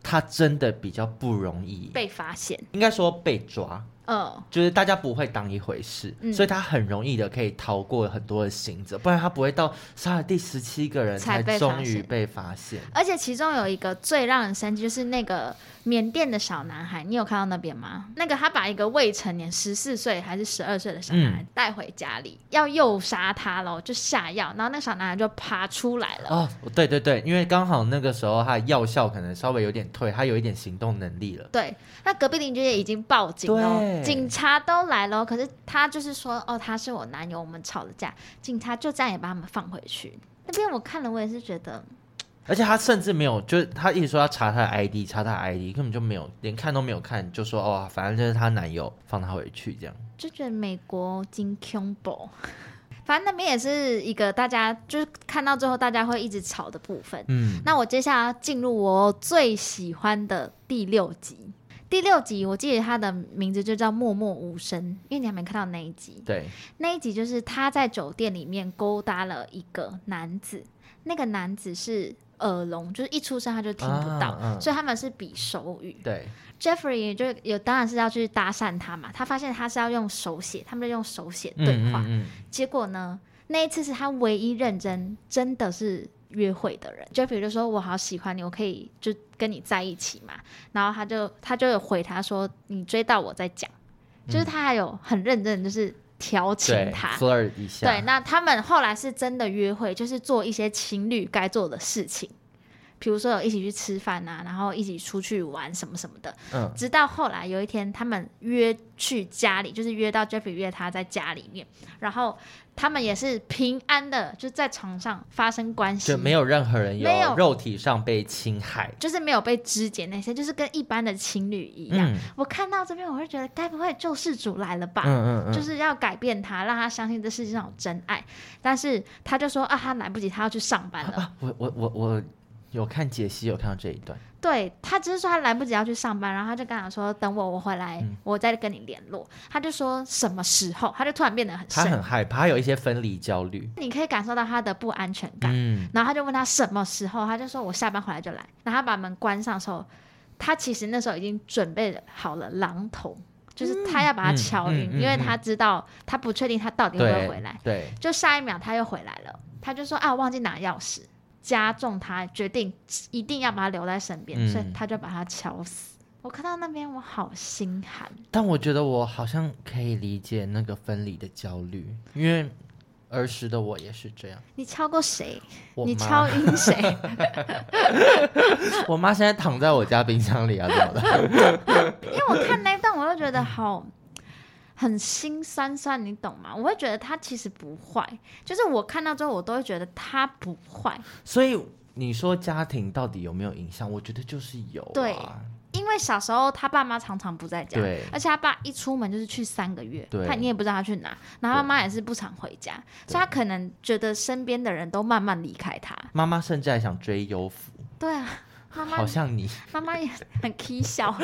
Speaker 1: 他真的比较不容易，
Speaker 2: 被发现，
Speaker 1: 应该说被抓，
Speaker 2: 嗯，
Speaker 1: 就是大家不会当一回事，
Speaker 2: 嗯
Speaker 1: 所以他很容易的可以逃过很多的刑责，不然他不会到杀了第十七个人才
Speaker 2: 才被发
Speaker 1: 终
Speaker 2: 现
Speaker 1: 于被发现。
Speaker 2: 而且其中有一个最让人生气，就是那个缅甸的小男孩，你有看到那边吗？那个他把一个未成年十四岁还是十二岁的小男孩带回家里，要诱杀他喽，就下药，然后那个小男孩就爬出来了。
Speaker 1: 哦，对对对，因为刚好那个时候他的药效可能稍微有点退，他有一点行动能力了。
Speaker 2: 对，那隔壁邻居也已经报警
Speaker 1: 对
Speaker 2: 了，警察都来了，可是他就是说，哦，他是我男友，我们吵了架，警察就这样也把他们放回去。那边我看了，我也是觉得，
Speaker 1: 而且他甚至没有，就是他一直说要查他的 ID，查他的 ID，根本就没有，连看都没有看，就说哦，反正就是她男友放她回去这样。
Speaker 2: 就觉得美国金 combo，反正 那边也是一个大家就是看到最后大家会一直吵的部分。
Speaker 1: 嗯，
Speaker 2: 那我接下来要进入我最喜欢的第六集。第六集，我记得它的名字就叫《默默无声》，因为你还没看到那一集。
Speaker 1: 对，
Speaker 2: 那一集就是他在酒店里面勾搭了一个男子，那个男子是耳聋，就是一出生他就听不到，
Speaker 1: 啊嗯
Speaker 2: 所以他们是比手语。
Speaker 1: 对，
Speaker 2: Jeffrey 就有当然是要去搭讪他嘛，他发现他是要用手写，他们就用手写
Speaker 1: 嗯
Speaker 2: 对话。
Speaker 1: 嗯
Speaker 2: 结果呢，那一次是他唯一认真真的是约会的人。Jeffrey 就说：“我好喜欢你，我可以就跟你在一起嘛。”然后他就他就有回他说：“你追到我再讲。”就是他还有很认真，就是调情
Speaker 1: 嗯对
Speaker 2: 他。
Speaker 1: ，flirt 一下，
Speaker 2: 对，那他们后来是真的约会，就是做一些情侣该做的事情，比如说有一起去吃饭啊，然后一起出去玩什么什么的。
Speaker 1: 嗯，
Speaker 2: 直到后来有一天，他们约去家里，就是约到 Jeffrey 约他在家里面，然后他们也是平安的，就在床上发生关系，
Speaker 1: 就没有任何人
Speaker 2: 没
Speaker 1: 有
Speaker 2: 有
Speaker 1: 肉体上被侵害。
Speaker 2: 就是没有被肢解那些，就是跟一般的情侣一样。
Speaker 1: 嗯
Speaker 2: 我看到这边，我会觉得该不会救世主来了吧？
Speaker 1: 嗯嗯
Speaker 2: 就
Speaker 1: 嗯，
Speaker 2: 是要改变他，让他相信这世界上有真爱。但是他就说啊，他来不及，他要去上班了。
Speaker 1: 啊，我我我我有看解析，有看到这一段，
Speaker 2: 对他只是说他来不及要去上班，然后他就跟他说等我，我回来、
Speaker 1: 嗯
Speaker 2: 我再跟你联络。他就说什么时候？他就突然变得很
Speaker 1: 他
Speaker 2: 生
Speaker 1: 很害怕，他有一些分离焦虑。
Speaker 2: 你可以感受到他的不安全感。
Speaker 1: 嗯，
Speaker 2: 然后他就问他什么时候，他就说我下班回来就来。然后他把门关上的时候，他其实那时候已经准备好了榔头，就是他要把他敲晕，
Speaker 1: 嗯嗯嗯
Speaker 2: 因为他知道他不确定他到底会不会回
Speaker 1: 对
Speaker 2: 来。，
Speaker 1: 对，
Speaker 2: 就下一秒他又回来了，他就说啊，我忘记拿钥匙。加重他决定一定要把他留在身边，
Speaker 1: 嗯
Speaker 2: 所以他就把他敲死。我看到那边我好心寒，
Speaker 1: 但我觉得我好像可以理解那个分离的焦虑，因为儿时的我也是这样。
Speaker 2: 你敲过谁？
Speaker 1: 我
Speaker 2: 你
Speaker 1: 妈，
Speaker 2: 敲晕谁？
Speaker 1: 我妈现在躺在我家冰箱里啊，怎么的？
Speaker 2: 因为我看那一段，我就觉得好很心酸酸，你懂吗？我会觉得他其实不坏，就是我看到之后，我都会觉得他不坏，
Speaker 1: 所以你说家庭到底有没有影响？我觉得就是有、啊。
Speaker 2: 对因为小时候他爸妈常常不在家，
Speaker 1: 对
Speaker 2: 而且他爸一出门就是去三个月，
Speaker 1: 对
Speaker 2: 他你也不知道他去哪，然后他妈也是不常回家，所以他可能觉得身边的人都慢慢离开他。
Speaker 1: 妈妈甚至还想追优芙，
Speaker 2: 对啊，妈妈
Speaker 1: 好像你。
Speaker 2: 妈妈也很 k 笑，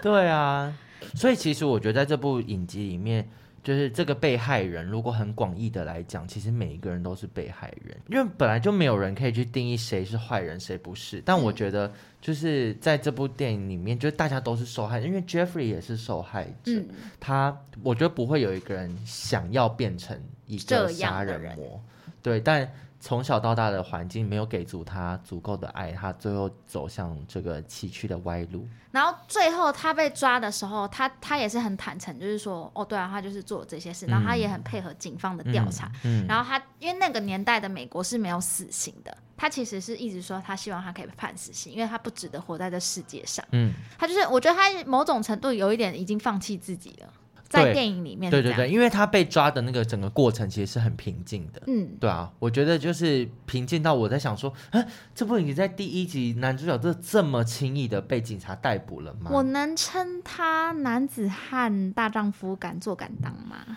Speaker 1: 对啊，所以其实我觉得在这部影集里面，就是这个被害人，如果很广义的来讲，其实每一个人都是被害人，因为本来就没有人可以去定义谁是坏人，谁不
Speaker 2: 嗯
Speaker 1: 是。但我觉得就是在这部电影里面，就是大家都是受害人，因为 Jeffrey 也是受害者，
Speaker 2: 嗯，
Speaker 1: 他我觉得不会有一个人想要变成一个
Speaker 2: 这
Speaker 1: 杀
Speaker 2: 样的
Speaker 1: 人
Speaker 2: 人
Speaker 1: 魔，对，但。从小到大的环境没有给足他足够的爱，他最后走向这个崎岖的歪路。
Speaker 2: 然后最后他被抓的时候，他他也是很坦诚，就是说，哦，对啊，他就是做了这些事，然后他也很配合警方的调查。
Speaker 1: 嗯，
Speaker 2: 然后他因为那个年代的美国是没有死刑的，他其实是一直说他希望他可以被判死刑，因为他不值得活在这世界上。
Speaker 1: 嗯，
Speaker 2: 他就是我觉得他某种程度有一点已经放弃自己了，在
Speaker 1: 对
Speaker 2: 电影里面
Speaker 1: 对
Speaker 2: 是这
Speaker 1: 对
Speaker 2: 样。
Speaker 1: 对，因为他被抓的那个整个过程其实是很平静的。
Speaker 2: 嗯，
Speaker 1: 对啊，我觉得就是平静到我在想说，啊，这部影集在第一集男主角这这么轻易的被警察逮捕了吗？
Speaker 2: 我能称他男子汉大丈夫敢做敢当吗？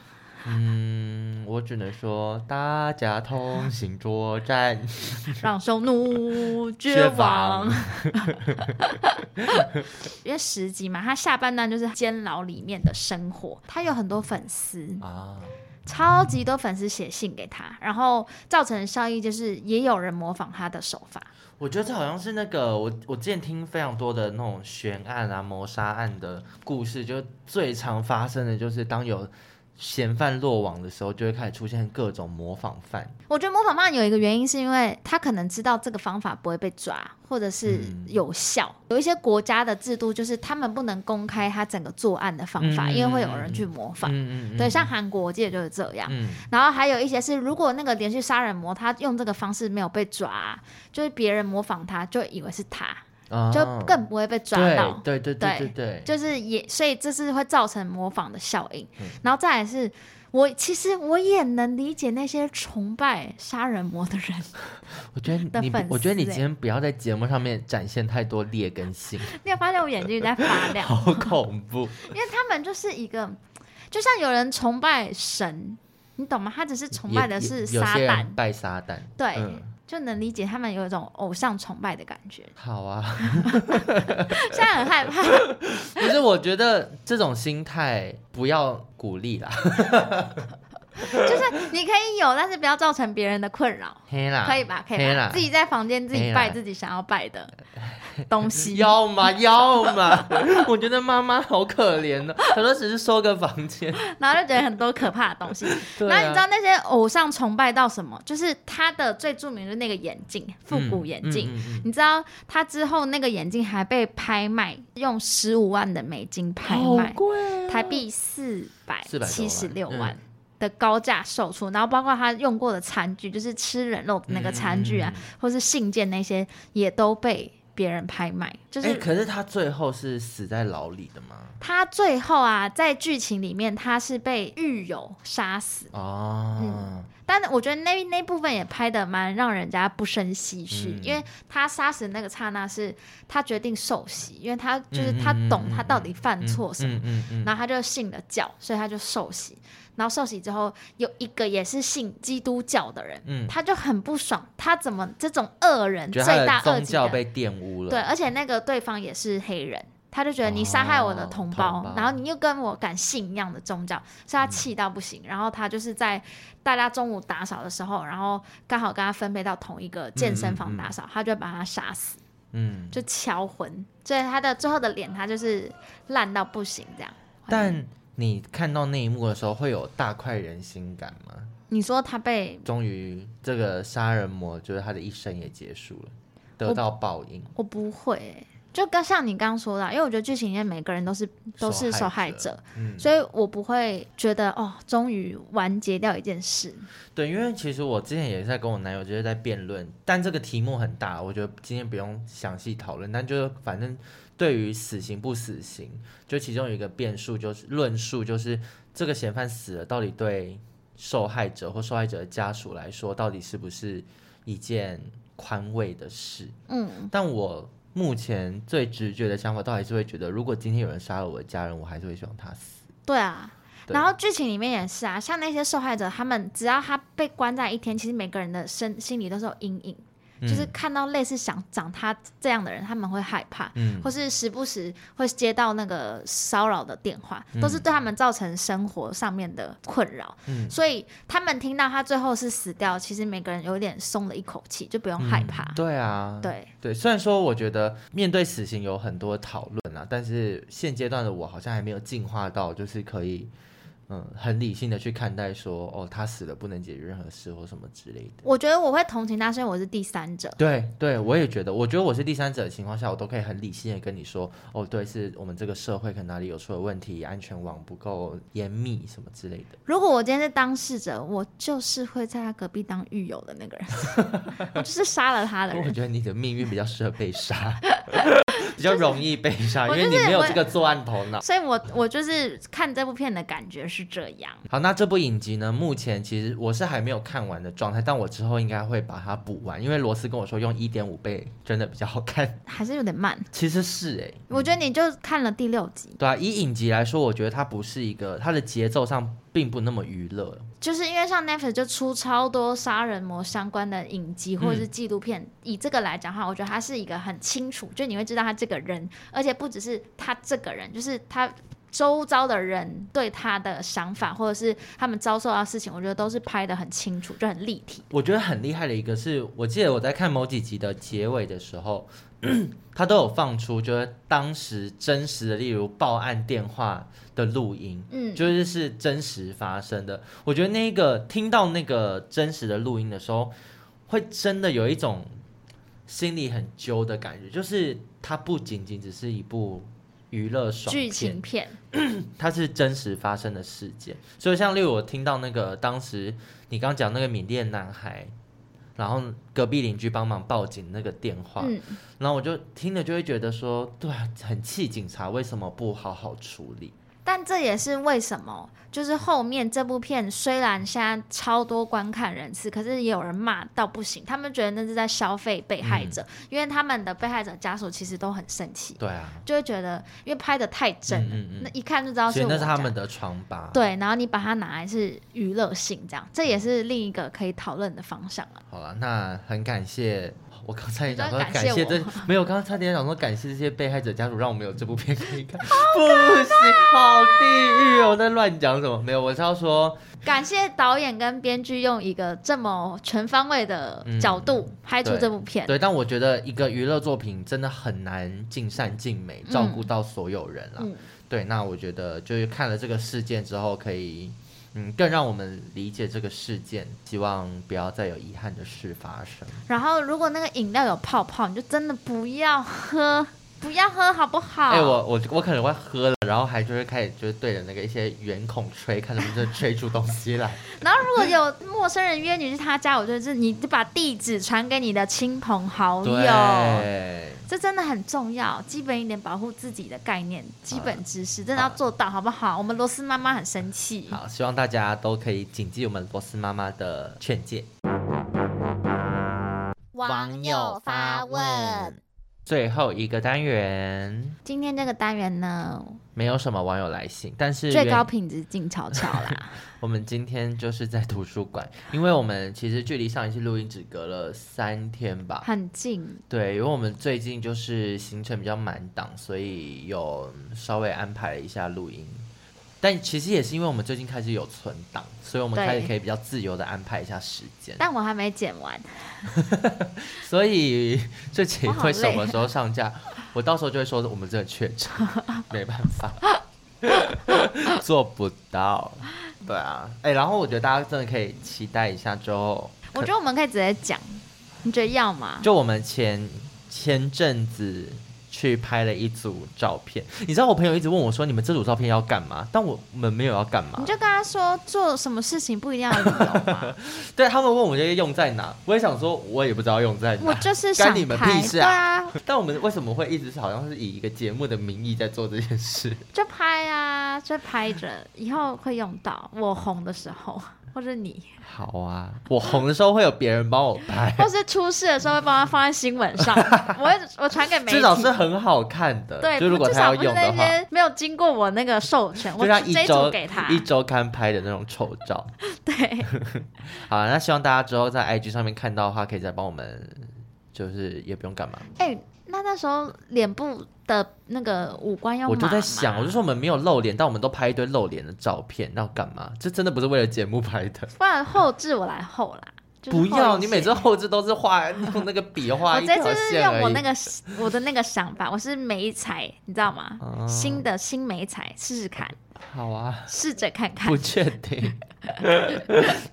Speaker 1: 嗯，我只能说大家同行作战。
Speaker 2: 让匈奴
Speaker 1: 绝
Speaker 2: 绝
Speaker 1: 望
Speaker 2: 望。 因为十集嘛，他下半段就是监牢里面的生活，他有很多粉丝，
Speaker 1: 啊，
Speaker 2: 超级多粉丝写信给他，然后造成的效益就是也有人模仿他的手法。
Speaker 1: 我觉得这好像是那个我我之前听非常多的那种悬案啊、谋杀案的故事，就最常发生的就是当有嫌犯落网的时候，就会开始出现各种模仿犯。
Speaker 2: 我觉得模仿犯有一个原因是因为他可能知道这个方法不会被抓，或者是有效。有一些国家的制度就是他们不能公开他整个作案的方法，
Speaker 1: 嗯
Speaker 2: 因为会有人去模仿。
Speaker 1: 嗯
Speaker 2: 对，像韩国我记得就是这样。
Speaker 1: 嗯，
Speaker 2: 然后还有一些是，如果那个连续杀人魔他用这个方式没有被抓，就是别人模仿他，就以为是他，
Speaker 1: 啊
Speaker 2: 就更不会被抓到。
Speaker 1: 对对对对对对，
Speaker 2: 就是也，所以这是会造成模仿的效应。
Speaker 1: 嗯
Speaker 2: 然后再来是，我其实我也能理解那些崇拜杀人魔的人，
Speaker 1: 我觉得
Speaker 2: 的
Speaker 1: 你不
Speaker 2: 粉，丝
Speaker 1: 我觉得你
Speaker 2: 欸
Speaker 1: 今天不要在节目上面展现太多劣根 性，
Speaker 2: 你有发现我眼睛在发亮？
Speaker 1: 好恐 怖。
Speaker 2: 因为他们就是一个，就像有人崇拜神，你懂吗？他只是崇拜的
Speaker 1: 也也
Speaker 2: 是
Speaker 1: 有
Speaker 2: 撒
Speaker 1: 些
Speaker 2: 旦，
Speaker 1: 人拜撒旦，
Speaker 2: 对，
Speaker 1: 嗯
Speaker 2: 就能理解他们有一种偶像崇拜的感觉。
Speaker 1: 好啊。
Speaker 2: 现在很害怕，
Speaker 1: 不是，我觉得这种心态不要鼓励啦，
Speaker 2: 就是你可以有，但是不要造成别人的困扰，
Speaker 1: 黑啦，
Speaker 2: 可以吧？可
Speaker 1: 啊
Speaker 2: 以
Speaker 1: 可以
Speaker 2: 吧
Speaker 1: 啦？
Speaker 2: 自己在房间自
Speaker 1: 可以
Speaker 2: 己
Speaker 1: 啦
Speaker 2: 拜自己想要拜的 东西。
Speaker 1: 要嘛要嘛， 我觉得妈妈好可怜哦呢、她说只是收个房间，
Speaker 2: 然后就觉得很多可怕的东西。
Speaker 1: 对
Speaker 2: 然后你知道
Speaker 1: 啊，
Speaker 2: 那些偶像崇拜到什么？就是他的最著名的那个眼镜，复古眼镜。
Speaker 1: 嗯嗯嗯
Speaker 2: 你知道他之后那个眼镜还被拍卖，用十五万的美金拍
Speaker 1: 好
Speaker 2: 卖，
Speaker 1: 贵啊，
Speaker 2: 台币四百七十
Speaker 1: 476
Speaker 2: 六
Speaker 1: 万嗯
Speaker 2: 万。的高价售出，然后包括他用过的餐具，就是吃人肉的那个餐具啊，
Speaker 1: 嗯
Speaker 2: 或是信件那些，也都被别人拍卖。就
Speaker 1: 哎、
Speaker 2: 是
Speaker 1: 可是他最后是死在牢里的吗？
Speaker 2: 他最后啊，在剧情里面他是被狱友杀死，
Speaker 1: 哦，
Speaker 2: 但我觉得那那部分也拍的蛮让人家不生唏嘘，
Speaker 1: 嗯
Speaker 2: 因为他杀死那个刹那是他决定受洗，因为他就是
Speaker 1: 嗯嗯
Speaker 2: 他
Speaker 1: 嗯
Speaker 2: 懂
Speaker 1: 嗯
Speaker 2: 他到底犯错什么，
Speaker 1: 嗯嗯嗯嗯
Speaker 2: 然后他就信了教，所以他就受洗。然后受洗之后，有一个也是信基督教的人，
Speaker 1: 嗯
Speaker 2: 他就很不爽，他怎么这种恶人
Speaker 1: 觉
Speaker 2: 罪
Speaker 1: 得他
Speaker 2: 大
Speaker 1: 的
Speaker 2: 恶
Speaker 1: 宗
Speaker 2: 极
Speaker 1: 教
Speaker 2: 的？
Speaker 1: 被玷污了。
Speaker 2: 对，而且那个对方也是黑人。他就觉得你杀害我的
Speaker 1: 哦
Speaker 2: 同胞，
Speaker 1: 同胞
Speaker 2: 然后你又跟我敢信一样的宗教，所以他气到不行。然后他就是在大家中午打扫的时候，然后刚好跟他分配到同一个健身
Speaker 1: 嗯嗯
Speaker 2: 房
Speaker 1: 嗯
Speaker 2: 打扫，他就把他杀死，
Speaker 1: 嗯，
Speaker 2: 就敲昏。所以他的最后的脸，他就是烂到不行这样。嗯
Speaker 1: 但你看到那一幕的时候，会有大快人心感吗？
Speaker 2: 你说他被
Speaker 1: 终于，这个杀人魔就是他的一生也结束了，得
Speaker 2: 我
Speaker 1: 到报应。
Speaker 2: 我不会欸、就刚像你刚刚说的，因为我觉得剧情里面每个人都是都是受害者，
Speaker 3: 嗯，
Speaker 2: 所以我不会觉得哦，终于完结掉一件事。
Speaker 1: 对，因为其实我之前也在跟我男友就是在辩论，但这个题目很大，我觉得今天不用详细讨论，但就是反正对于死刑不死刑，就其中有一个辩述就是论述就是这个嫌犯死了到底对受害者或受害者的家属来说，到底是不是一件宽慰的事？
Speaker 2: 嗯，
Speaker 1: 但我目前最直觉的想法，倒还是会觉得，如果今天有人杀了我的家人，我还是会希望他死。
Speaker 2: 对啊。
Speaker 1: 对
Speaker 2: 然后剧情里面也是啊，像那些受害者，他们只要他被关在一天，其实每个人的身心里都是有阴影，就是
Speaker 1: 嗯
Speaker 2: 看到类似想长他这样的人，他们会害怕，
Speaker 1: 嗯
Speaker 2: 或是时不时会接到那个骚扰的电话，都是对他们造成生活上面的困扰。
Speaker 1: 嗯
Speaker 2: 所以他们听到他最后是死掉，其实每个人有点松了一口气，就不用害怕。
Speaker 1: 嗯对啊，
Speaker 2: 对，
Speaker 1: 对，虽然说我觉得面对死刑有很多讨论啊，但是现阶段的我好像还没有进化到就是可以。嗯，很理性的去看待说，哦，他死了不能解决任何事或什么之类的。
Speaker 2: 我觉得我会同情他，是因为我是第三者。
Speaker 1: 对，对我也觉得，我觉得我是第三者的情况下，我都可以很理性的跟你说，哦，对，是我们这个社会可能哪里有出了问题，安全网不够严密什么之类的。
Speaker 2: 如果我今天是当事者，我就是会在他隔壁当狱友的那个人， 我就是杀了他的
Speaker 1: 我
Speaker 2: 人。
Speaker 1: 觉得你的命运比较适合被 杀，比较容易被杀，
Speaker 2: 我
Speaker 1: 因为
Speaker 2: 就
Speaker 1: 你
Speaker 2: 是
Speaker 1: 没有
Speaker 2: 我
Speaker 1: 这个作案头脑。
Speaker 2: 所以我我就是看这部片的感觉是这样。
Speaker 1: 好，那这部影集呢，目前其实我是还没有看完的状态，但我之后应该会把它补完，因为罗斯跟我说用一点五倍真的比较好看，
Speaker 2: 还是有点慢，
Speaker 1: 其实是诶、
Speaker 2: 我觉得你就看了第六集，
Speaker 1: 对啊，以影集来说，我觉得它不是一个，它的节奏上并不那么娱乐，
Speaker 2: 就是因为像 Netflix 就出超多杀人魔相关的影集或者是纪录片，以这个来讲的话，我觉得它是一个很清楚，就你会知道他这个人，而且不只是他这个人，就是他周遭的人对他的想法或者是他们遭受到的事情，我觉得都是拍的很清楚，就很立体。
Speaker 1: 我觉得很厉害的一个是，我记得我在看某几集的结尾的时候， 他都有放出就是当时真实的，例如报案电话的录音，
Speaker 2: 嗯
Speaker 1: 就是是真实发生的。我觉得那个听到那个真实的录音的时候，会真的有一种心里很揪的感觉，就是它不仅仅只是一部娱乐爽
Speaker 2: 剧
Speaker 1: 片
Speaker 2: 情，片，
Speaker 1: 它是真实发生的事件。所以像例如我听到那个当时你刚讲那个缅甸男孩，然后隔壁邻居帮忙报警那个电话，
Speaker 2: 嗯，
Speaker 1: 然后我就听了就会觉得说，对啊，很气警察为什么不好好处理？
Speaker 2: 但这也是为什么，就是后面这部片虽然现在超多观看人次，可是也有人骂到不行，他们觉得那是在消费被害者，
Speaker 1: 嗯
Speaker 2: 因为他们的被害者家属其实都很生气，
Speaker 1: 对啊，
Speaker 2: 就会觉得因为拍的太真了，
Speaker 1: 嗯嗯嗯
Speaker 2: 那一看就知道
Speaker 1: 所
Speaker 2: 是
Speaker 1: 以
Speaker 2: 我
Speaker 1: 那是他们
Speaker 2: 家。
Speaker 1: 的疮疤。，
Speaker 2: 对，然后你把它拿来是娱乐性，这样，这也是另一个可以讨论的方向啊。
Speaker 1: 好了，那很感谢。我刚才也想说
Speaker 2: 你说
Speaker 1: 感
Speaker 2: 感谢
Speaker 1: 谢
Speaker 2: 我
Speaker 1: 这没有，刚刚差点想说感谢这些被害者家属，让我们有这部片可以 看。不行，好地狱哦！我在乱讲什么？没有，我是要说，
Speaker 2: 感谢导演跟编剧用一个这么全方位的
Speaker 1: 嗯
Speaker 2: 角度拍出
Speaker 1: 对
Speaker 2: 这部片。
Speaker 1: 对，但我觉得一个娱乐作品真的很难尽善尽美，照顾到所有人啦。
Speaker 2: 嗯
Speaker 1: 对，那我觉得就是看了这个事件之后，可以嗯更让我们理解这个事件，希望不要再有遗憾的事发生。
Speaker 2: 然后如果那个饮料有泡泡，你就真的不要喝， 不要喝好不好？
Speaker 1: 哎、我我我可能会喝了，然后还就是开始就是对着那个一些圆孔吹，看能不能吹出东西来。
Speaker 2: 然后如果有陌生人约你去他家，我觉得是你就把地址传给你的亲朋好友，
Speaker 1: 对，
Speaker 2: 这真的很重要，基本一点保护自己的概念、基本知识，真的
Speaker 1: 好
Speaker 2: 要
Speaker 1: 了
Speaker 2: 做到好不好？我们罗斯妈妈很生气。
Speaker 1: 好，希望大家都可以谨记我们罗斯妈妈的劝诫。
Speaker 4: 网友发问。
Speaker 1: 最后一个单元。
Speaker 2: 今天这个单元呢，
Speaker 1: 没有什么网友来信，但是
Speaker 2: 最
Speaker 1: 原
Speaker 2: 高品质静悄悄啦。
Speaker 1: 我们今天就是在图书馆， 因为我们其实距离上一次录音只隔了三天吧。
Speaker 2: 很近，
Speaker 1: 对，因为我们最近就是行程比较满档，所以有稍微安排了一下录音。但其实也是因为我们最近开始有存档，所以我们
Speaker 2: 对
Speaker 1: 开始可以比较自由的安排一下时间。
Speaker 2: 但我还没剪完。
Speaker 1: 所以 这集
Speaker 2: 我好
Speaker 1: 会
Speaker 2: 累
Speaker 1: 什么时候上架？我到时候就会说我们真的确诊，没办法，做不到。对啊，哎、然后我觉得大家真的可以期待一下之后，
Speaker 2: 我觉得我们可以直接讲，你觉得要吗？
Speaker 1: 就我们前前阵子去拍了一组照片。你知道我朋友一直问我说，你们这组照片要干嘛？但我们没有要干嘛
Speaker 2: 你。就跟他说做什么事情不一定要有理 由嘛，
Speaker 1: 对他们问我这些用在哪，我也想说，我也不知道用在
Speaker 2: 我
Speaker 1: 哪。
Speaker 2: 就是想
Speaker 1: 干你们
Speaker 2: 拍，
Speaker 1: 屁事
Speaker 2: 对啊，
Speaker 1: 但我们为什么会一直是好像是以一个节目的名义在做这件事？
Speaker 2: 就拍啊，就拍着，以后会用到。我红的时候， 或者你，
Speaker 1: 好啊，我红的时候会有别人帮我 拍，
Speaker 2: 或是出事的时候会帮他放在新闻 上，我会我传给媒体。
Speaker 1: 至少是很好看的。
Speaker 2: 对，
Speaker 1: 就如果
Speaker 2: 至
Speaker 1: 他要
Speaker 2: 少不是
Speaker 1: 用的
Speaker 2: 那
Speaker 1: 话，
Speaker 2: 些没有经过我那个授权，我
Speaker 1: 就像一
Speaker 2: 这一组
Speaker 1: 周
Speaker 2: 给他。
Speaker 1: 一周刊拍的那种丑 照。
Speaker 2: 对，
Speaker 1: 好，啊那希望大家之后在 IG 上面看到的话，可以再帮我们，就是也不用干嘛。
Speaker 2: 哎、那那时候脸部的那个五官要
Speaker 1: 我就
Speaker 2: 码
Speaker 1: 在
Speaker 2: 嘛
Speaker 1: 想，我就说我们没有露脸，但我们都拍一堆露脸的照片，那要干嘛？这真的不是为了节目拍的。
Speaker 2: 不然后置我来后啦。就是
Speaker 1: 不
Speaker 2: 后
Speaker 1: 要，
Speaker 2: 一
Speaker 1: 你
Speaker 2: 些
Speaker 1: 每次后置都是画 用那个笔画
Speaker 2: 我
Speaker 1: 一
Speaker 2: 这
Speaker 1: 条
Speaker 2: 次是
Speaker 1: 线
Speaker 2: 用我
Speaker 1: 而
Speaker 2: 那
Speaker 1: 已。
Speaker 2: 个我的那个想法，我是美彩，你知道吗？
Speaker 1: 哦
Speaker 2: 新的新美彩，试试看，
Speaker 1: 好 啊，
Speaker 2: 试着看看
Speaker 1: 不。确定，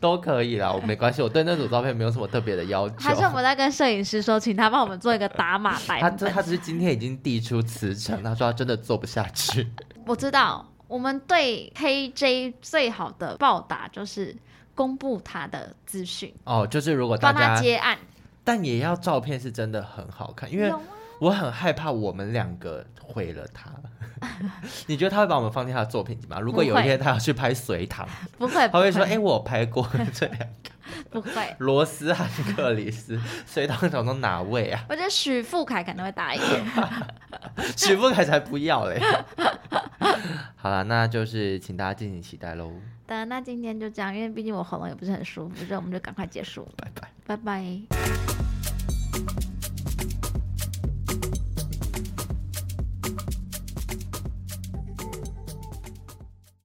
Speaker 1: 都可以啦，我没关系，我对那组照片没有什么特别的要求
Speaker 2: 还。是我们在跟摄影师说，请他帮我们做一个打码 白
Speaker 1: 他这
Speaker 2: 本。
Speaker 1: 他只是今天已经递出辞呈，他说他真的做不下 去。
Speaker 2: 我知道，我们对 KJ 最好的报答就是公布他的资讯，
Speaker 1: 哦，就是如果大
Speaker 2: 帮他
Speaker 1: 家，
Speaker 2: 接案。
Speaker 1: 但也要照片是真的很好看，因为
Speaker 2: 有啊
Speaker 1: 我很害怕我们两个毁了 他。你觉得他会把我们放进他的作品集吗？如果有一天他要去拍隋唐，
Speaker 2: 不会，
Speaker 1: 他会
Speaker 2: 不
Speaker 1: 说：“哎、我有拍过这两个
Speaker 2: 不会。
Speaker 1: 罗斯和克里斯，隋唐想到哪位啊？
Speaker 2: 我觉得许富凯可能会答应。
Speaker 1: 许富凯才不要嘞！ 好了，那就是请大家敬请期待喽，
Speaker 2: 的，那今天就这样，因为毕竟我喉咙也不是很舒服，所以我们就赶快结束，
Speaker 1: 拜拜。
Speaker 2: 拜拜。